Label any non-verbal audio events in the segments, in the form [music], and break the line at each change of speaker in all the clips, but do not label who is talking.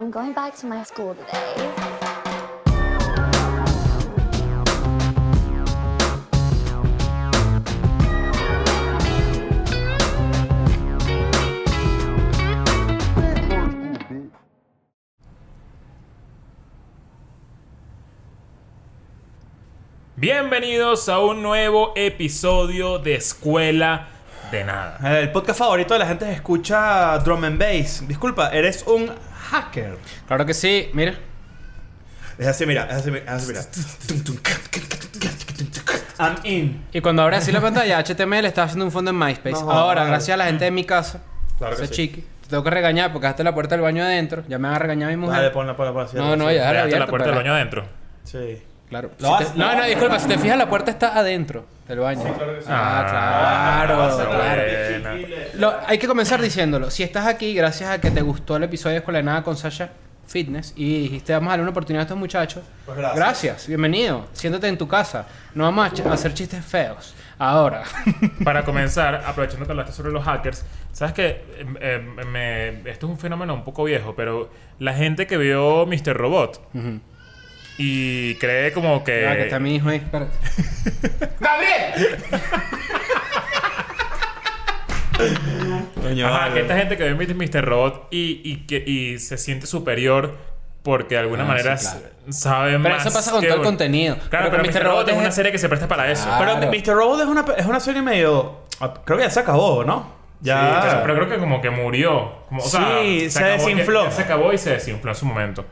I'm going back to my school today.
Bienvenidos a un nuevo episodio de Escuela de Nada.
El podcast favorito de la gente que escucha drum and bass. Disculpa, eres un hacker.
Claro que sí, mira.
Es así, mira, es así, mira, es así, mira. I'm in.
Y cuando abres así la pantalla HTML, estás haciendo un fondo en MySpace.
No,
Ahora,
vale.
gracias a la gente de mi casa,
Claro que
ese
sí.
chiqui, te tengo que regañar porque dejaste la puerta del baño adentro. Ya me van a regañar mi mujer.
Dale, ponla, ponla, ponla. cierra,
no, no, ya
cierra.
déjala
Dejaste la
abierta,
puerta del
pero-
baño adentro.
Sí.
Claro.
Lo
Si te-
haces, lo
no, no,
haces.
disculpa, si te fijas, la puerta está adentro del baño.
claro que sí.
Ah,
Ah,
claro,
bueno.
claro.
Buena.
Lo- hay que comenzar diciéndolo. Si estás aquí, gracias a que te gustó el episodio de Escuela de Nada con Sasha Fitness y dijiste, vamos a darle una oportunidad a estos muchachos.
Pues gracias.
bienvenido. Siéntate en tu casa. No vamos a ch- a hacer chistes feos. Ahora. [laughs]
Para comenzar, aprovechando que hablaste sobre los hackers, sabes que esto es un fenómeno un poco viejo, pero la gente que vio Mr. Robot y cree como que,
Ah, que está mi hijo ahí. [laughs] Espérate. ¡Gabriel!
Coño,
Ajá,
vale.
que esta gente que ve Mr. Robot y, y que y se siente superior porque de alguna
Ah,
manera
sí,
s-
claro.
sabe más.
Pero eso pasa con
que
todo el
un-
contenido.
Claro, pero, Mr. Robot es una serie que se presta para eso.
Ah,
Pero
Claro.
Mr. Robot es una, es una serie medio. ah, Creo que ya se acabó, ¿no? Ya.
Sí, claro, pero creo que como que murió. Como, o sea,
Sí, se
acabó,
desinfló.
ya- ya se acabó y se desinfló en su momento.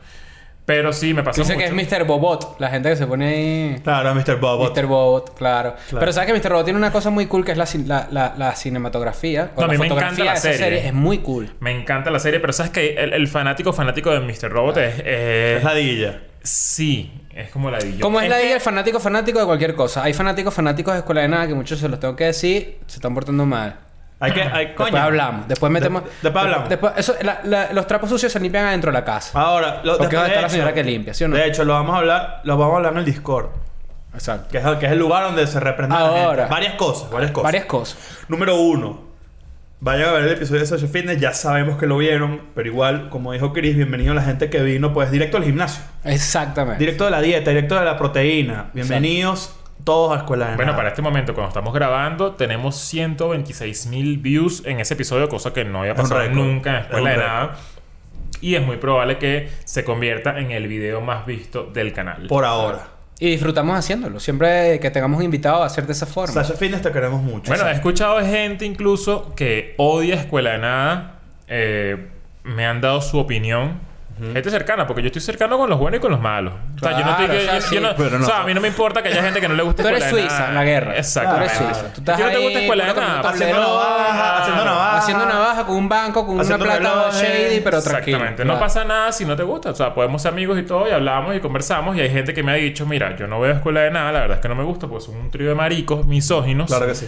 Pero sí, me pasó
Dice
mucho.
que es Mr. Bobot. La gente que se pone ahí.
Claro, Mr. Bobot.
Mr. Bobot, claro. Pero sabes que Mr. Robot tiene una cosa muy cool que es la, cin- la, la- la cinematografía.
No,
O
a
la
mí me encanta
fotografía
la
de esa
serie.
Es muy cool.
Me encanta la serie, pero sabes que el, el fanático fanático de Mr. Robot es, eh,
Es ladilla.
Sí, es como la de
Como es la
que-
idea el fanático fanático de cualquier cosa. Hay fanáticos fanáticos de escuela de nada que muchos se los tengo que decir, se están portando mal.
Hay que. Hay, coño.
Después hablamos, después metemos.
De- después hablamos. Ah.
Después, eso, la- la- los trapos sucios se limpian adentro de la casa.
Ahora, lo,
Porque va a
de
estar la señora
hecho-
que limpia, ¿sí o no?
De hecho, lo vamos a hablar, lo vamos a hablar en el Discord,
Exacto.
que es, que es el lugar donde se reprende la
Ahora.
gente. varias cosas, varias cosas.
Varias cosas.
Número uno, vayan a ver el episodio de Social Fitness, ya sabemos que lo vieron, pero igual, como dijo Chris, bienvenido a la gente que vino, pues directo al gimnasio,
Exactamente.
directo de la dieta, directo de la proteína. Bienvenidos todos a Escuela de
Bueno,
Nada.
para este momento, cuando estamos grabando, tenemos 126 mil views en ese episodio, cosa que no había
Es un
pasado
récord.
nunca en la escuela
Es
de
un
nada. Y es muy probable que se convierta en el video más visto del canal.
Por ahora.
Y disfrutamos haciéndolo. Siempre que tengamos un invitado va a ser de esa forma.
Social Fitness te queremos mucho.
Bueno, he escuchado de gente incluso que odia Escuela de Nada. Eh, me han dado su opinión. Gente cercana, porque yo estoy cercano con los buenos y con los malos. o sea, yo no,
Claro,
estoy-
o sea,
yo- yo
sí,
no-
pero
o sea,
no.
a mí no me importa que haya gente que no le guste
Tú eres
Escuela de
Suiza
Nada.
en la guerra.
Exacto.
Tú eres Suiza. Tú estás
a ti no te
ahí
gusta Escuela de
puro
Nada.
caminando
haciendo
tablero.
navaja, haciendo navaja.
Haciendo navaja con un banco, con una
Haciendo
plata
relojes.
shady, pero tranquilo.
Exactamente. No
Claro.
pasa nada si no te gusta. O sea, podemos ser amigos y todo, y hablamos y conversamos. Y hay gente que me ha dicho, mira, yo no veo escuela de nada, la verdad es que no me gusta, porque son un trío de maricos, misóginos.
Claro que sí.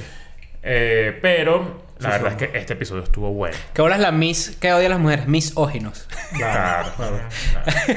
Eh, pero la
Sí,
verdad
somos.
es que este episodio estuvo bueno.
Que ahora es la Miss que odia a las mujeres, Miss Óginos.
Claro, claro.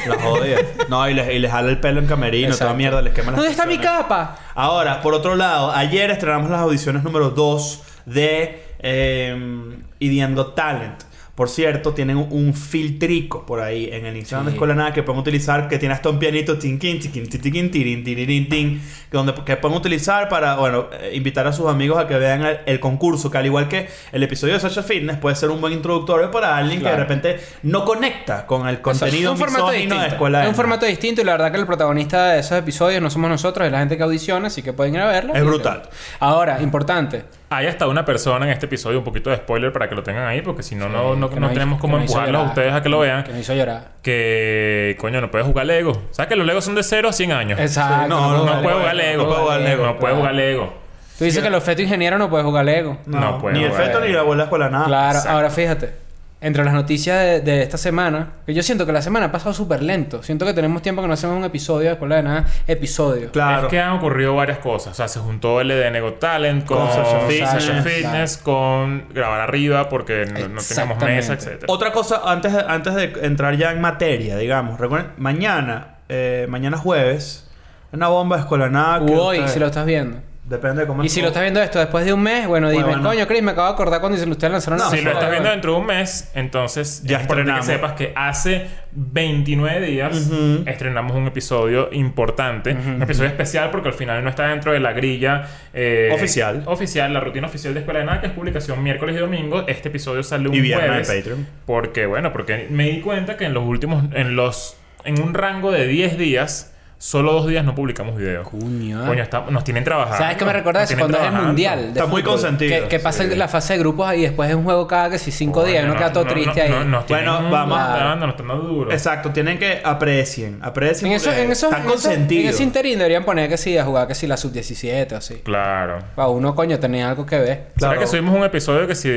Las odias. No, y les, y les jala el pelo en camerino, toda
Exacto.
mierda, les quema las
¿Dónde está mi
sesiones.
capa?
Ahora, por otro lado, ayer estrenamos las audiciones número 2 de eh, Ideando Talent. Por cierto, tienen un filtrico por ahí en el Instagram de
Sí.
Escuela Nada que pueden utilizar, que tiene hasta un pianito, tin, kin, tiquin, titiquin, tirin, tiririn, tin, que, donde, que pueden utilizar para, bueno, eh, invitar a sus amigos a que vean el, el concurso, que al igual que el episodio de Sasha Fitness puede ser un buen introductorio para alguien que
Claro.
de repente no conecta con el contenido
Es un formato
misógino de
distinto.
Escuela de
es un
Nada.
formato distinto y la verdad que el protagonista de esos episodios no somos nosotros, es la gente que audiciona, así que pueden ir a verlo.
Es brutal.
Ahora, importante.
Hay hasta una persona en este episodio, un poquito de spoiler para que lo tengan ahí, porque si no, no, no,
que
no
nos hizo-
tenemos cómo
que nos hizo
empujarlos a
llorar.
ustedes a que lo vean.
Que me hizo llorar.
Que, coño, no puedes jugar Lego. ¿Sabes que los Legos son de 0 a 100 años?
Exacto.
Sí, no,
No
no, no
puedes
puede,
jugar
no
Lego.
puede jugar Lego,
No puedes jugar Lego.
Tú dices que los fetos ingenieros no pueden jugar Lego.
No,
No puede
ni el
jugar.
feto ni la abuela de Escuela
Ah,
Nada.
pues, Claro, ahora fíjate. Entre las noticias de, de esta semana, que yo siento que la semana ha pasado súper lento. Siento que tenemos tiempo que no hacemos un episodio de escuela de nada. Episodio.
Claro.
Es que han ocurrido varias cosas. O sea, se juntó el de Nego Talent con,
Con Sasha
Fitness,
Fitness,
Fitness, con grabar arriba porque no, no teníamos
Exactamente.
mesa, etc.
Otra cosa, antes de, antes de entrar ya en materia, digamos, recuerden, mañana, eh, mañana jueves, una bomba de escuela nada. que
U hoy,
ustedes-
si lo estás viendo.
Depende de cómo
Y si lo estás viendo esto después de un mes, bueno,
Bueno,
dime,
bueno.
coño, Chris, me acabo de acordar cuando ustedes lanzaron la
No,
si lo
consola".
estás viendo dentro de un mes, entonces
Ya
es importante que
estrenamos.
sepas que hace 29 días
Ujú.
estrenamos un episodio importante, un episodio especial porque al final no está dentro de la grilla eh,
Oficial.
oficial, la rutina oficial de Escuela de Nada, que es publicación miércoles y domingo. Este episodio sale un
Y viernes
jueves.
en Patreon.
Porque, bueno, porque me di cuenta que en los últimos, en los, en un rango de 10 días, solo dos días no publicamos videos.
Coño. ah".
Coño, está- nos tienen trabajando.
¿Sabes qué me recuerda
Nos
eso?
tienen
Cuando es el
trabajando.
mundial. de
Está muy
fútbol,
consentido,
Que, que pasa
sí.
la fase de grupos y después es un juego cada que si cinco
Coño,
días. Uno
no,
queda todo
no,
triste
no,
ahí.
no, nos
Bueno,
tienen
vamos a-
dando, nos están dando duro.
Exacto, tienen que aprecien. Aprecien.
En, eso,
porque
en, esos-
Están
en esos- en
consentidos.
ese interín deberían poner que sí, a jugar que sí la sub-17 o así.
Claro.
Para uno, coño, tenía algo que ver.
¿Será
Claro.
que subimos un episodio que si de,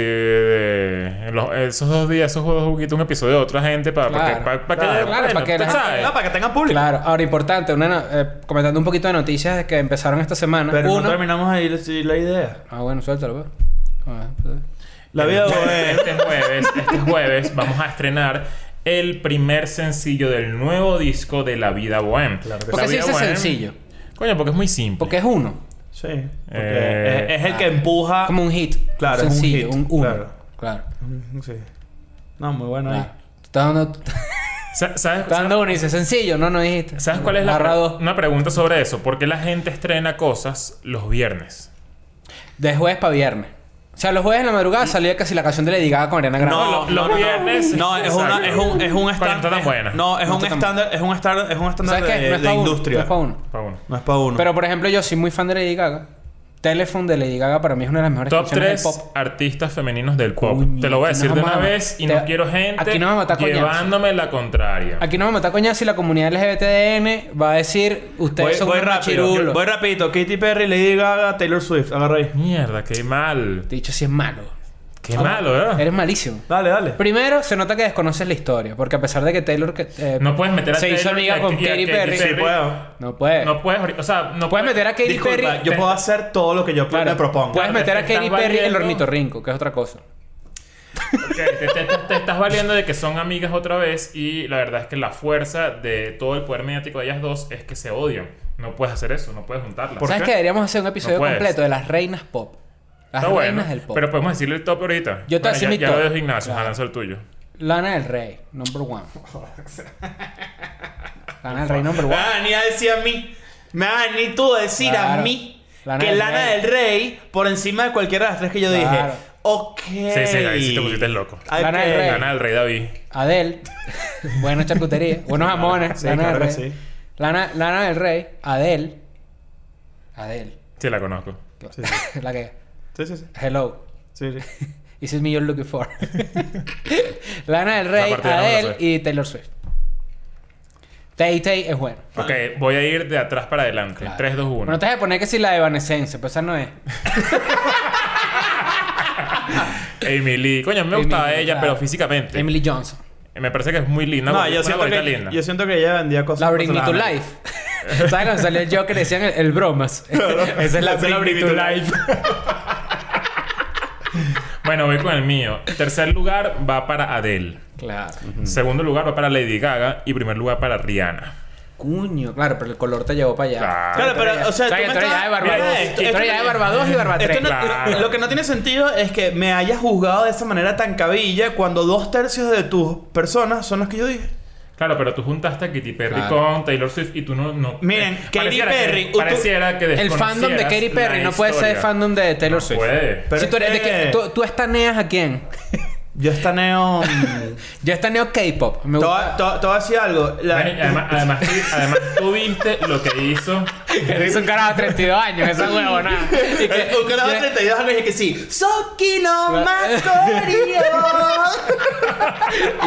de- los- esos dos días, esos dos juguitos, un episodio de otra gente para, para que,
Claro.
para, para
Claro,
claro,
que,
para que la
tú
gente-
sabes.
Ah, No, para que tengan público.
Claro, ahora importante, una, no- eh, comentando un poquito de noticias que empezaron esta semana.
Pero
Uno-
no terminamos ahí la- la idea.
Ah, bueno, suéltalo, pues. Ah, pues.
La
[laughs]
vida es...
Este jueves, este jueves vamos a estrenar el primer sencillo del nuevo disco de La Vida Bohem.
Claro que
¿Por
La
qué se
Vida
dice
Bohem-
sencillo?
Coño, porque es muy simple.
Porque es uno,
¿eh? Sí. porque
Eh,
es, es el que empuja...
como un hit.
Claro,
un
es un
sencillo,
hit,
un uno.
claro.
Claro.
Mm, Sí. No, muy bueno ahí.
claro. Tú estás dando, tú
Sa- ¿Sabes,
estás dando uno y dices sencillo, no, no dijiste.
sabes cuál es la
Barra
pre-
dos.
una pregunta sobre eso? ¿Por qué la gente estrena cosas los viernes?
De jueves para viernes. O sea, los jueves en la madrugada salía casi la canción de Lady Gaga con Ariana Grande.
Mm. No,
Los- los viernes.
No, es, una,
Exacto.
es un, es un
Coño,
estándar.
está tan buena.
No, es
No
un
está tan-
estándar, es un estándar, es un estándar
¿Sabes qué?
de,
No es
de
para uno.
industria.
No es para uno.
Pa' uno.
No es pa' uno.
Pero, por ejemplo, yo soy muy fan de Lady Gaga. Telephone de Lady Gaga para mí es una de las mejores
Top
canciones
3
del pop.
artistas femeninos del pop.
Coño,
te lo voy a
aquí
decir
nos
de una
amamos.
vez y
Te-
no quiero gente
aquí nos vamos a matar coñazos.
llevándome la contraria.
Aquí no me mata coña si la comunidad LGBTN va a decir... Ustedes
voy,
son
voy
unos
rápido.
machirulos.
Voy rapidito. Katy Perry, Lady Gaga, Taylor Swift. Agarra ahí.
Mierda, qué mal.
Te he dicho si es malo.
Qué malo, ¿verdad?
Eres malísimo.
Dale, dale.
Primero, se nota que desconoces la historia. Porque a pesar de que Taylor... que, eh,
No puedes meter a
Se hizo
Taylor y
amiga
a-
con
y a
Katy
Katy
Perry.
Sí,
Perry.
puedo.
No puede.
No puedes, o sea, no
Puedes meter a Katy
Disculpa,
Perry...
yo puedo hacer todo lo que yo
Claro.
me proponga.
Puedes meter a
Estás
Katy Perry en el
valiendo-
ornitorrinco, que es otra cosa.
Ok, te, te- te- te estás valiendo de que son amigas otra vez y la verdad es que la fuerza de todo el poder mediático de ellas dos es que se odian. No puedes hacer eso, no puedes juntarlas.
¿Por
¿Sabes
qué?
que deberíamos hacer un episodio
No puedes.
completo de las reinas pop? Las
Está
reinas
bueno,
del pop.
pero podemos decirle el top ahorita.
Yo te voy a decir
Bueno, ya,
mi
ya
top.
lo dejo Ignacio,
Claro.
Ajá, lanza el tuyo.
Lana del Rey, number one. Lana del Rey, number
Me
one.
van a venir a decir a mí. Me van a venir tú a decir a
Claro.
mí
Lana
que
del
Lana
Rey.
del Rey por encima de cualquiera de las tres que yo
Claro.
dije. Ok.
Sí, sí, ahí sí te pusiste loco.
Lana del Rey.
Gana el rey David.
Adele, buena charcutería, buenos jamones.
Sí,
Lana,
claro
del
que
Rey.
sí.
Lana, Lana del Rey, Adele. Adele.
Sí, la conozco.
Sí,
[laughs] La que.
Sí, sí, sí.
Hello.
sí, sí.
This is me you're looking
[laughs]
for. Lana del Rey,
Esa parte yo no me la
Adele
sé.
y Taylor Swift. Tay Tay es bueno.
Ah.
Ok, voy a ir de atrás para adelante. 3, 2, 1.
Bueno, te vas a poner que si la de Evanescence, pues esa no es.
Emily. Coño, a mí me gustaba
Emily,
ella,
claro.
pero físicamente.
Emily Johnson.
Me parece que es muy linda.
No,
una-
yo
una
siento,
gorrita
que,
linda.
yo siento que ella vendía cosas.
La Bring Me to
venezolanas.
Life. [laughs] ¿Sabes cuando salió el Joker? Decían el, el bromas. Esa es la Bring Me to Life.
[laughs] Bueno, voy con el mío. Tercer lugar va para Adele.
Claro.
Segundo lugar va para Lady Gaga. Y primer lugar para Rihanna.
Cuño. Claro, pero el color te llevó para allá.
Claro.
Claro, pero, o sea,
O sea,
tú
que
me
tú eres
estás-
ya de
Mira,
Barbados.
esto-
Tú eres
esto-
ya de Barbados y
Esto
Barbatres.
no-
Claro.
Lo que no tiene sentido es que me hayas juzgado de esa manera tan cabilla cuando dos tercios de tus personas son las que yo dije.
Claro, pero tú juntaste a Katy Perry
Claro.
con Taylor Swift y tú no... no
Miren, Katy
pareciera que-
Perry, tú-
pareciera que
El fandom de Katy Perry no puede ser el fandom de Taylor Swift.
Puede.
Pero
si tú, eres
es
de
que-
que- tú, tú estaneas a quién?
Yo estaneo. [laughs]
Yo estaneo K-pop. Me
Te voy
gusta.
a- te voy a te voy a decir algo. La-
Bueno, y
[laughs]
además, además, tú- además tú viste lo que hizo...
Que le hizo un carajo de 32 años, esa huevona. Y que-
[laughs] Un carajo de 32 años Eh, y que sí. ¡Soki no Macorio!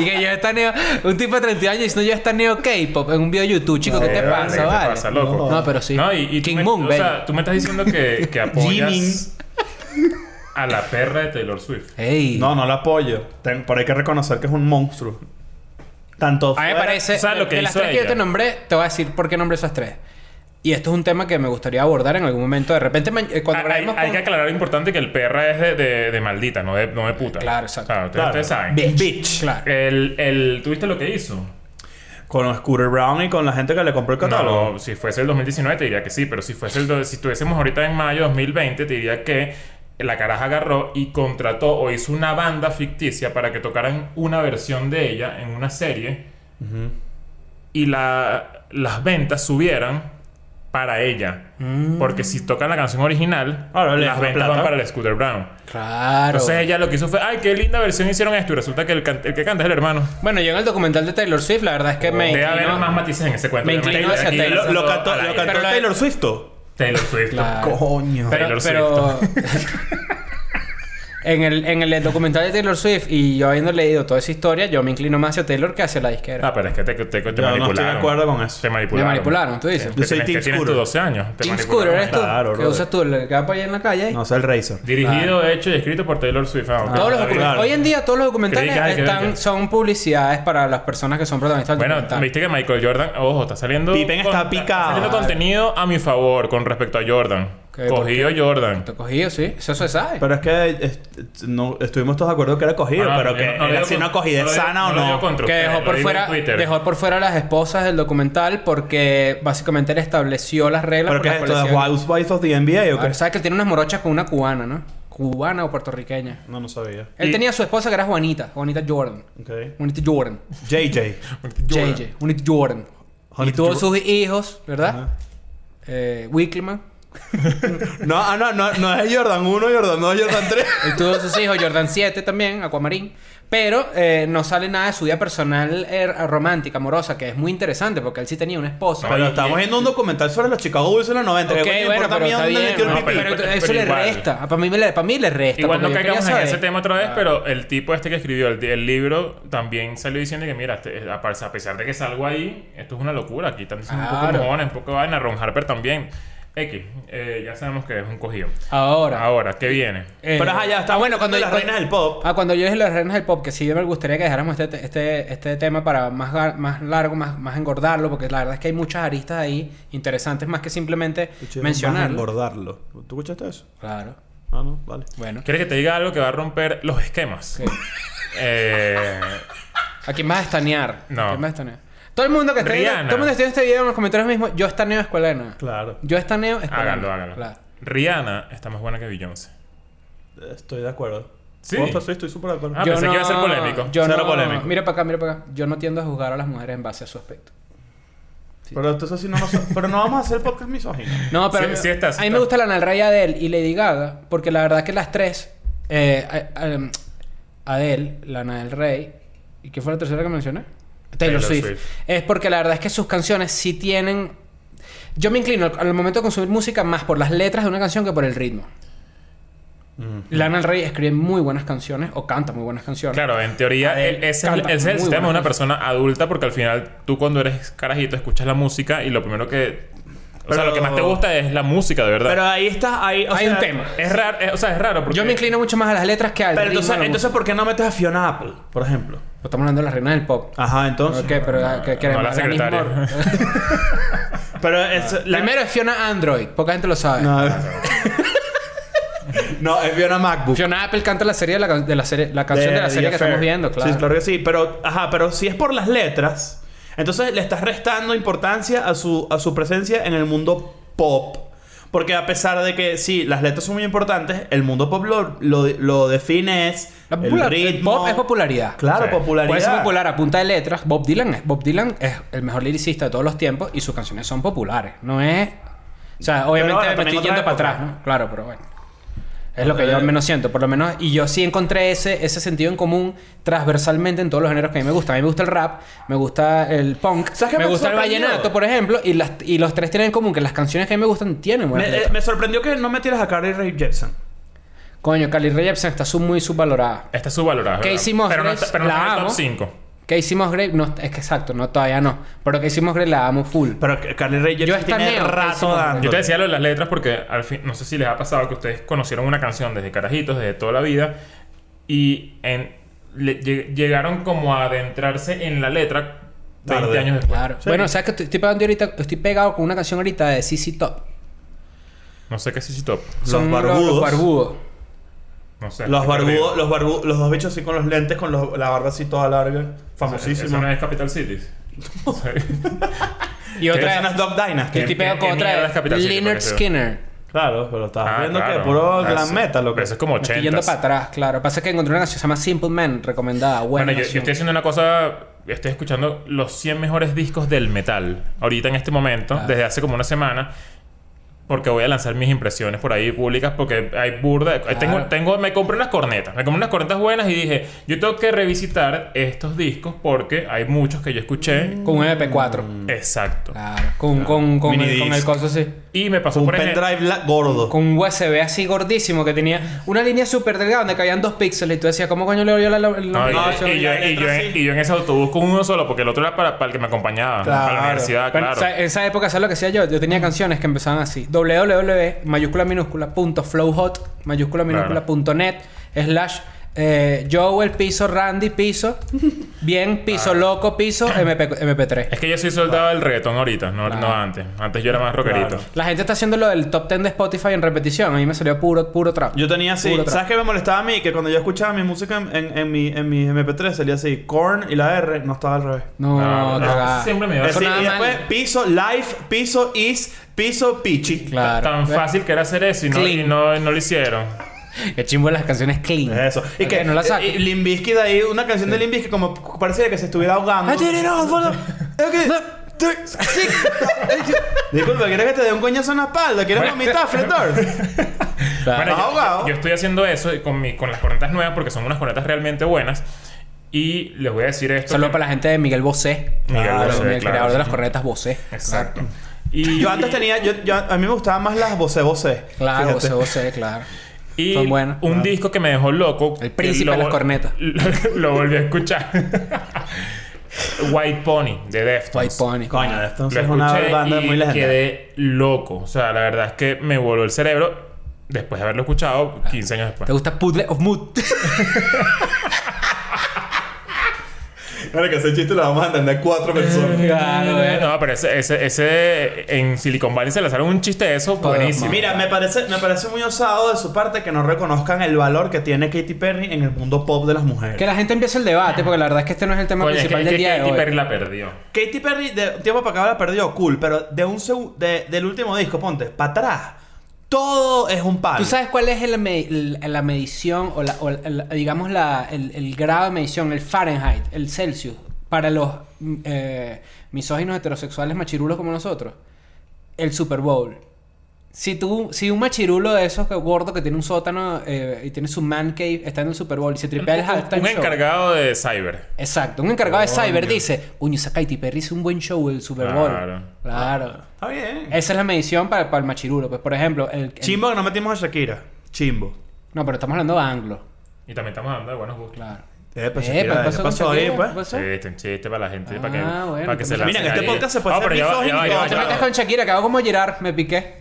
Y que yo estaneo... Un tipo de 32 años diciendo yo estaneo K-pop en un video de YouTube. Chico, ¿qué te
Vale,
pasa,
¿qué te
vale?
pasa, loco?
No, pero sí.
No, y, y tú
King
me-
Moon,
O
baby.
sea, tú me estás diciendo que,
[laughs]
que
Jimin.
apoyas a la perra de Taylor Swift.
Ey.
No, no la apoyo. Ten- pero hay que reconocer que es un monstruo. Tanto.
A mí me
fuera-
parece.
o sea, lo que
de las
hizo
tres que yo
ella.
te nombré, te voy a decir por qué nombré esas tres. Y esto es un tema que me gustaría abordar en algún momento. De repente, ma- eh, cuando
Ah, Hay,
grabemos
hay
con-
que aclarar importante que el perra es de, de- de maldita, no de, no de puta.
Claro, exacto.
O sea, ustedes,
Claro.
ustedes saben.
Bitch.
Bitch.
Claro.
El, el, ¿Tuviste lo que hizo?
Con Scooter Brown y con la gente que le compró el catálogo.
No, si fuese el 2019 te diría que sí, pero si fuese el do- si estuviésemos ahorita en mayo de 2020 te diría que la caraja agarró y contrató o hizo una banda ficticia para que tocaran una versión de ella en una serie y la- las ventas subieran para ella. Porque si tocan la canción original,
Ahora le
las
entra
ventas
plata.
van para el Scooter Brown.
Claro.
Entonces ella lo que hizo fue, ay, qué linda versión hicieron esto y resulta que el, can- el que canta es el hermano.
Bueno, yo en el documental de Taylor Swift, la verdad es que me.
Debe
inclino-
haber más matices en ese cuento.
Me
obviamente.
inclino hacia
Aquí
Taylor.
Lo, lo cantó,
al
lo
aire.
cantó
Pero la-
Taylor Swift.
Taylor
[laughs]
Swift.
Claro.
Coño.
Pero,
Taylor
pero [laughs] en, el, en el documental de Taylor Swift y yo habiendo leído toda esa historia, yo me inclino más hacia Taylor que hacia la disquera.
Ah, pero es que te, te, te
Yo
manipularon.
no estoy de acuerdo con eso.
Te
me
manipularon.
manipularon, tú dices.
Yo
Yo
soy
soy
Team
que tienes
Scooter.
tus 12 años. Te
Team
manipularon.
Scooter eres tú.
Claro,
que
brother.
usas tú el capa allá en la calle. ahí.
No sé el Razor.
Dirigido, hecho y escrito por Taylor Swift. Ah,
Todos los
ok.
documentales-
claro.
Hoy en día todos los documentales
Creí que- que-
están,
que-
son publicidades para las personas que son protagonistas del
Bueno,
documental.
viste que Michael Jordan, ojo, está saliendo.
Pippen está picado.
saliendo contenido a mi favor con respecto a Jordan.
¿Qué?
Cogido Jordan.
Te he cogido, sí. Eso se sabe.
Pero es que es- no, estuvimos todos de acuerdo que era cogido,
Ah,
pero
yo
que
no lo
era
digo
si
con-
una cogida
lo digo-
sana o
lo
no.
digo contra
que
ustedes,
dejó
lo
por,
digo en
fuera,
Twitter.
dejó por fuera a las esposas del documental porque básicamente él estableció las reglas.
¿Pero
por
qué es
las cuales
esto? ¿The
iban-
Housewives of the NBA o
Ah,
qué?
Sabes que él tiene unas morochas con una cubana, ¿no? Cubana o puertorriqueña.
No, no sabía.
Él
Y-
tenía a su esposa que era Juanita, Juanita Jordan.
Ok.
Juanita Jordan.
JJ.
Jordan.
JJ, Juanita Jordan.
Juanita
y tuvo
Jor-
sus hijos, ¿verdad?
Ajá.
Eh, Wicklman.
No, ah, no, no, no es Jordan 1, Jordan 2, Jordan 3.
Él tuvo sus hijos, Jordan 7 también, Aquamarín. Pero eh, no sale nada de su vida personal eh, romántica, amorosa, que es muy interesante porque él sí tenía una esposa.
Pero
Ay,
estamos
bien.
viendo un documental sobre los Chicago Bulls en los 90. ¿Qué
Ok,
coño
bueno,
importa a
pero
mí
está
dónde
bien.
metió el
¿no?
pipí?
pero
Pero-
eso
pero
le
igual.
resta. Para mí, me le- para mí le resta.
Igual no
porque yo
caigamos
quería
en ese
saber.
tema otra vez,
Ah.
pero el tipo este que escribió el, el libro también salió diciendo que, mira, este, a pesar a pesar de que salgo ahí, esto es una locura. Aquí están diciendo un
Claro.
poco mojones, un poco vaina. Ron Harper también. X, eh, ya sabemos que es un cogido.
Ahora.
Ahora, ¿qué viene?
eh,
Pero ajá, ya está.
ah, bueno, cuando
de las
cuando-
reinas del pop.
Ah, cuando yo dije las reinas del pop, que sí me gustaría que dejáramos este, este, este tema para más, gar- más largo, más, más engordarlo, porque la verdad es que hay muchas aristas ahí interesantes más que simplemente
Mencionar.
mencionarlo.
Engordarlo. ¿Tú escuchaste eso?
Claro.
Ah, no, vale.
Bueno.
¿Quieres que te diga algo que va a romper los esquemas?
Sí. [laughs]
Eh,
¿A quién vas a estanear?
No.
¿A quién vas a estanear? Todo el mundo que esté viendo,
Rihanna.
todo el mundo que esté en este video en los comentarios mismo, yo estaneo escuela de nada.
Claro.
Yo estaneo escuela de
háganlo,
nada.
háganlo.
Claro.
Rihanna está más buena que Beyoncé.
Estoy de acuerdo.
Sí.
Vos, pues, Estoy súper de acuerdo.
Ah, pensé que iba a ser polémico.
Yo
Cero
no,
polémico.
Mira para acá, mira para acá. Yo no tiendo a juzgar a las mujeres en base a su aspecto.
Pero entonces sí
[laughs]
no nos- pero no vamos a hacer podcast misógino.
No, pero
Sí, sí está, sí
a mí
está.
me gusta la Anal de Adele y Lady Gaga, porque la verdad que las tres, eh, a- a- em, Adele, Lana del Rey, ¿y qué fue la tercera que mencioné? Taylor,
Taylor
Swift.
Swift.
Es porque la verdad es que sus canciones sí tienen... Yo me inclino al al momento de consumir música más por las letras de una canción que por el ritmo. Lana del Rey escribe muy buenas canciones o canta muy buenas canciones.
Claro, en teoría
Adele
el- ese es el-
canta
ese es el
muy
sistema de
buena
una persona adulta porque al final tú cuando eres carajito escuchas la música y lo primero que... O sea,
Pero-
lo que más te gusta es la música, de verdad.
Pero ahí está, ahí. o
Hay
sea,
un tema.
es raro, es- o sea, es raro porque...
Yo me inclino mucho más a las letras que al
Pero
ritmo.
entonces,
de la
entonces, ¿por qué no metes a Fiona Apple, por ejemplo?
música. Estamos hablando de las reinas del pop.
Ajá, entonces.
ok, pero ah, que- que
no, la
organismo-
secretaria. [laughs]
Pero es. la-
Primero es Fiona Android, poca gente lo sabe.
No. [laughs] no, es Fiona MacBook.
Fiona Apple canta la serie de la, can- de la serie, la canción de, la
The
serie que
Affair.
estamos viendo, claro.
Sí, claro que sí. Pero, ajá, pero si es por las letras, entonces le estás restando importancia a su, a su presencia en el mundo pop. Porque a pesar de que sí, las letras son muy importantes, el mundo pop lo, lo, lo define es
La
el
popular- el
ritmo.
pop es popularidad.
Claro,
Sí.
popularidad.
Puede ser popular a punta de letras. Bob Dylan es, Bob Dylan es el mejor liricista de todos los tiempos y sus canciones son populares. No es. O sea, obviamente
ahora
me
también
estoy
otra
yendo para
época.
atrás, ¿no? Claro, pero bueno. Es lo que yo al menos siento, por lo menos. Y yo sí encontré ese, ese sentido en común transversalmente en todos los géneros que a mí me gustan. A mí me gusta el rap, me gusta el punk,
¿Sabes qué
me
me
gusta el
sorprendió?
vallenato, por ejemplo. Y, las, y los tres tienen en común que las canciones que a mí me gustan tienen buenas
Me, eh,
letras.
me sorprendió que no metieras a Carly Rae Jepsen.
Coño, Carly Rae Jepsen está sub- muy subvalorada.
Está subvalorada.
¿Qué
¿verdad?
hicimos,
Pero no,
Grace?
está- pero no
La
está en el
amo.
top 5.
Casey Musgrave, no, es que exacto, no, todavía no. Pero Casey Musgrave la amo full.
Pero que Carly Rae Jepsen tiene
estameo, sí,
rato
sí,
dando.
Yo te decía lo de las letras porque al fin, no sé si les ha pasado que ustedes conocieron una canción desde carajitos, desde toda la vida, y en- le- lleg- llegaron como a adentrarse en la letra 20
Tarde.
años después.
claro.
Sí.
Bueno, sabes que estoy, estoy pegando ahorita, estoy pegado con una canción ahorita de CC Top.
No sé qué es ese top.
Los
Son
barbudos.
Los barbudos.
No sé.
Los
estoy perdido.
barbudos, los barbu- los dos bichos así con los lentes, con los- la barba así toda larga.
¿Eso
Famosísimo.
[laughs]
no es Capital Cities?
Y
Que
otra
son las Dog Dynasty.
el tipo
¿Qué- qué
con otra
mierda es
es
Capital City,
Leonard
parece?
Skinner.
Claro, pero estás
Ah,
viendo
claro.
que puro
Ah,
glam
sí.
metal lo
Pero
que
eso es como
Me estoy yendo
80.
para atrás, claro. Pasa que encontré una canción que se llama Simple Man, recomendada. Buena
Bueno, yo, yo
canción.
estoy haciendo una cosa. Estoy escuchando los 100 mejores discos del metal. Ahorita en este momento,
Ah.
desde hace como una semana. Porque voy a lanzar mis impresiones por ahí públicas. Porque hay burda.
Claro.
Tengo, tengo, me compré unas cornetas. Me compré unas cornetas buenas y dije: Yo tengo que revisitar estos discos porque hay muchos que yo escuché.
Con un MP4.
Mm. Exacto.
Mm. Claro. Con, con, con, el,
Minidisc.
con el coso así.
Y me pasó
Un
por ejemplo.
pendrive la- gordo.
Con un USB así gordísimo que tenía una línea súper delgada donde cabían dos píxeles. Y tú decías, ¿cómo coño le oyó la, la, la-
No, y-
la-
y, yo, y yo en, y yo en ese autobús con uno solo, porque el otro era para, para el que me acompañaba. Para la
Claro.
universidad,
Bueno,
claro.
o sea, en esa época, ¿sabes lo que hacía yo? Yo tenía canciones que empezaban así: www, mayúscula minúscula, punto flowhot, mayúscula minúscula,
Claro.
punto net, slash eh, Joel piso, Randy piso, bien piso, loco piso, MP, MP3.
Es que yo soy soldado del reggaetón ahorita, no,
Claro.
no antes. Antes yo era más rockerito.
Claro.
La gente está haciendo lo del top 10 de Spotify en repetición. A mí me salió puro, puro trap.
Yo tenía así.
Puro trap.
¿Sabes qué me molestaba a mí? Que cuando yo escuchaba mi música en, en, en mi, en mi MP3 salía así: Korn y la R no estaba al revés.
No,
No, no,
cagada.
siempre me va a
Es
Eso
decir,
nada
y
mal.
después piso life, piso is, piso pichi.
Claro.
Tan
¿Ves?
fácil que era hacer eso y no,
Clean.
y no, y no lo hicieron.
Qué chimbo las canciones clean.
Es Eso. Y
Ok,
que eh,
no la saques.
y- y Limbisky de ahí, una canción de Limbisky como parecía que se estuviera ahogando.
I did it all for the- Okay.
Disculpa, ¿quieres que te dé un coñazo en la espalda? ¿Quieres vomitar, Fredor?
[laughs] Claro.
Bueno,
Estás
yo,
ahogado.
yo estoy haciendo eso y con, mi, con las cornetas nuevas porque son unas cornetas realmente buenas. Y les voy a decir esto.
Saludos
que-
para la gente de Miguel Bosé.
Miguel
Claro,
Ah, Bosé,
El
claro.
creador de las cornetas Bosé.
Exacto. Y,
Yo antes tenía, yo, yo- a mí me gustaban más las voce voce.
Claro, Bosé,
Fíjate.
Bosé, claro.
y
son buenas.
un disco que me dejó loco.
El príncipe
lo
de las
vol-
cornetas.
[laughs] Lo, lo volví a escuchar. [laughs] White Pony de
White
Deftones.
Pony.
Coño, esto
Lo
es una
escuché
banda
y
muy legendaria.
quedé loco. O sea, la verdad es que me voló el cerebro después de haberlo escuchado 15 años
¿Te
después.
gusta Puddle of Mood?
Ahora que ese chiste lo vamos a entender cuatro
Eh,
personas.
claro, eh.
Ah, No, pero ese, ese, ese en Silicon Valley se lanzaron un chiste de eso
Todo
buenísimo.
mal.
Mira, me parece, me parece muy osado de su parte que no reconozcan el valor que tiene Katy Perry en el mundo pop de las mujeres.
Que la gente empiece el debate, porque la verdad es que este no es el tema
Coño, es que,
principal
que
del día de
Katy
hoy.
Perry la perdió.
Katy Perry, de un tiempo para acá la perdió, cool, pero de un segu- de- del último disco, ponte, para atrás, todo es un palo.
¿Tú sabes cuál es el me- el- la medición o, la, o el- digamos la, el, el grado de medición, el Fahrenheit, el Celsius, para los mm, eh, misóginos heterosexuales machirulos como nosotros? El Super Bowl. Si, tú, si un machirulo de esos que gordo que tiene un sótano eh, y tiene su man cave está en el Super Bowl y se tripea el halftime
Un
Ah, show.
encargado de Cyber.
Exacto, un encargado de Cyber dice, coño, esa Katy Perry hizo un buen show el Super Bowl.
Claro.
Claro.
Está bien.
Esa es la medición para, para el machirulo. Pues, por ejemplo, el, el-
Chimbo que no metimos a Shakira. Chimbo.
No, pero estamos hablando de anglo.
Y también estamos hablando de buenos gustos.
Claro.
Epa,
Eh,
pues Shakira,
¿qué
¿Qué
con
pasó ahí,
Shakira?
pues?
¿Qué pasó?
Chiste, un chiste para la gente.
Ah,
para que,
bueno,
para que se
entonces-
lancen
Mira, que este
ahí.
podcast se puede
No,
hacer
pero ya va- ya va- ya va-
No te
ya va-
metas con Shakira, que hago como Gerard, me piqué.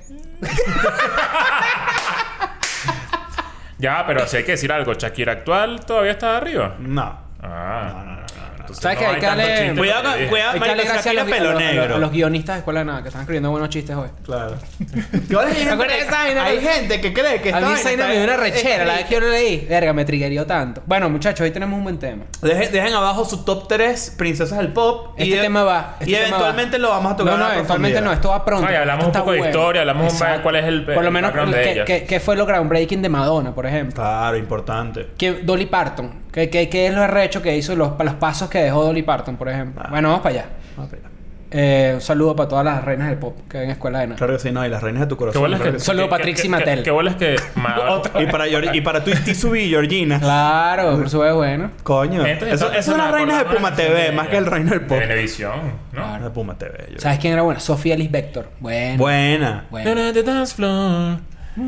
Ya, pero si hay que decir algo. Shakira actual todavía está arriba.
No.
Ah. Entonces
¿Sabes
no
que hay que
tanto
darle-
chiste
Cuidado,
para que-
con- cuidado,
Hay que darle
Ah,
gracias
marico,
a
Shakira
los, a
pelo
los- a los- a los
negro.
guionistas de Escuela de Nada que están escribiendo buenos chistes hoy. [laughs]
Claro. Ahora hay
acuerdas de
gente-
esa vaina?
Hay gente que cree que
A mí
esta
esa
vaina
vaina me dio
está-
una rechera, la vez que yo lo leí. Verga, me triggerió tanto. Bueno, muchachos, hoy tenemos un buen tema.
Dejen, dejen abajo su top 3 princesas del pop.
Este tema va. este
y
tema va.
eventualmente lo vamos a tocar.
No,
a
no,
la
eventualmente no.
profundidad.
Esto va pronto.
No, y hablamos
Esto
un
está
poco de historia, hablamos un-
Exacto.
cuál es el-
Por lo
el
menos,
background de
¿qué,
ella.
qué, qué fue lo groundbreaking de Madonna, por ejemplo?
Claro, importante.
Que Dolly Parton. ¿Qué, qué, qué es lo arrecho que hizo? Los, los pasos que dejó Dolly Parton, por ejemplo.
Ah.
Bueno, vamos para allá.
Vamos para allá.
Eh, un saludo para todas las reinas del pop que ven Escuela de Nada.
Claro que sí, no, y las reinas de tu
Qué
corazón.
bolas
claro
que...
que sí.
Solo
que-
Patrick
que-
y Mattel.
que- Qué bolas
[laughs]
que... Ma-
Y para, Yor- y para tu Subi y Georgina.
Claro, por supuesto, bueno.
Coño.
Entonces,
eso,
entonces
eso son
me
las reinas de
acordaba
Puma
la
TV,
canción
más
de-
que el reino del pop. Ah,
De Venevisión, ¿no?
Claro.
De Puma TV. yo-
¿Sabes quién era buena? Sofía Elise Vector. Bueno.
Buena.
bueno.
Na, na, the dance floor.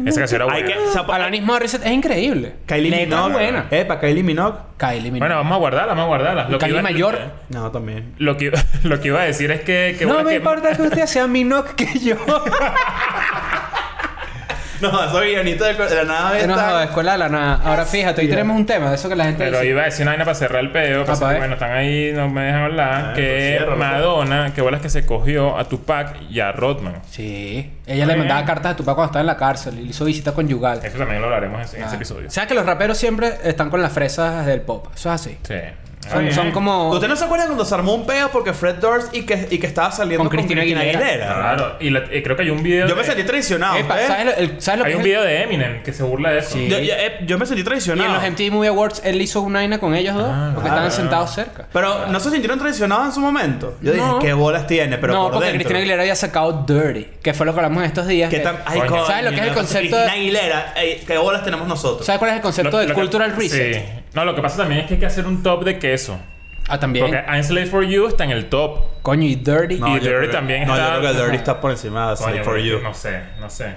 Esa canción era
Hay
buena.
que- o sea, pa-
Alanis Morissette es increíble.
Kylie
Letra
Minogue.
buena.
Eh, para Kylie Minogue.
Kylie Minogue.
Bueno, vamos a guardarla, vamos a guardarla.
Cali
iba-
Mayor.
No, también.
Lo que, [laughs] lo que iba a decir es que... que
no
bolas
me
que-
importa que usted sea Minogue que
[laughs]
yo.
No, soy guionista de, de la nada
no, jodas, escuela de la nada. Ahora fíjate, hoy
Hostia.
tenemos un tema de eso que la gente
Pero
dice.
iba a decir una vaina para cerrar el pedo. pasa
pa'
que,
ver.
bueno, están ahí, no me dejan hablar.
Ah,
que
pues ciérralo, pues.
Madonna, que bolas que se cogió a Tupac y a Rodman.
Sí. Ella le
Bien.
mandaba cartas a Tupac cuando estaba en la cárcel y le hizo visita conyugal. Ah.
Eso también lo hablaremos en, en ese episodio.
Sabes que los raperos siempre están con las fresas del pop. Eso es así.
Sí.
Son,
Bien.
son como...
¿Ustedes no se acuerdan cuando se armó un peo porque Fred Durst y que, y que estaba saliendo
Con
con,
Christina
Cristina
Aguilera.
Aguilera?
Claro. Y, la- y creo que hay un video.
Yo me
de-
sentí traicionado.
Epa,
¿eh?
¿sabes lo, el- sabes lo
Hay
que
un
es
video de Eminem que se burla de eso.
Sí.
yo, yo- eh, yo me
el- Y
sentí
en
traicionado.
los MTV Movie Awards él hizo una vaina con ellos dos
Ah,
porque estaban sentados cerca.
Pero no se sintieron traicionados en su momento. Yo dije,
No.
¿qué bolas tiene? Pero
no,
por
porque
dentro.
Cristina Aguilera había sacado Dirty, que fue lo que hablamos en estos días.
¿Qué
que-
tan- ay,
Coño.
coño,
¿Sabes lo que es el
no,
concepto de-
Cristina Aguilera, eh, ¿qué bolas tenemos nosotros?
¿Sabes cuál es el
Lo-
concepto
lo
del
que-
cultural reset?
Sí. No, lo que pasa también es que hay que hacer un top de queso.
Ah, también.
Porque I'm Slave for You está en el top.
Coño, y Dirty.
No, y
yo
Dirty
creo que-
también
No,
está-
yo creo que Dirty está por encima de
Coño,
Save For You.
No sé, no sé.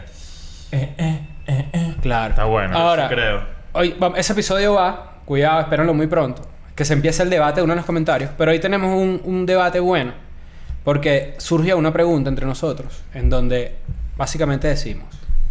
Claro.
Está bueno,
Ahora,
Creo.
hoy va- ese episodio va, cuidado, espérenlo muy pronto, que se empiece el debate de uno en los comentarios. Pero hoy tenemos un, un debate bueno, porque surge una pregunta entre nosotros, en donde básicamente decimos,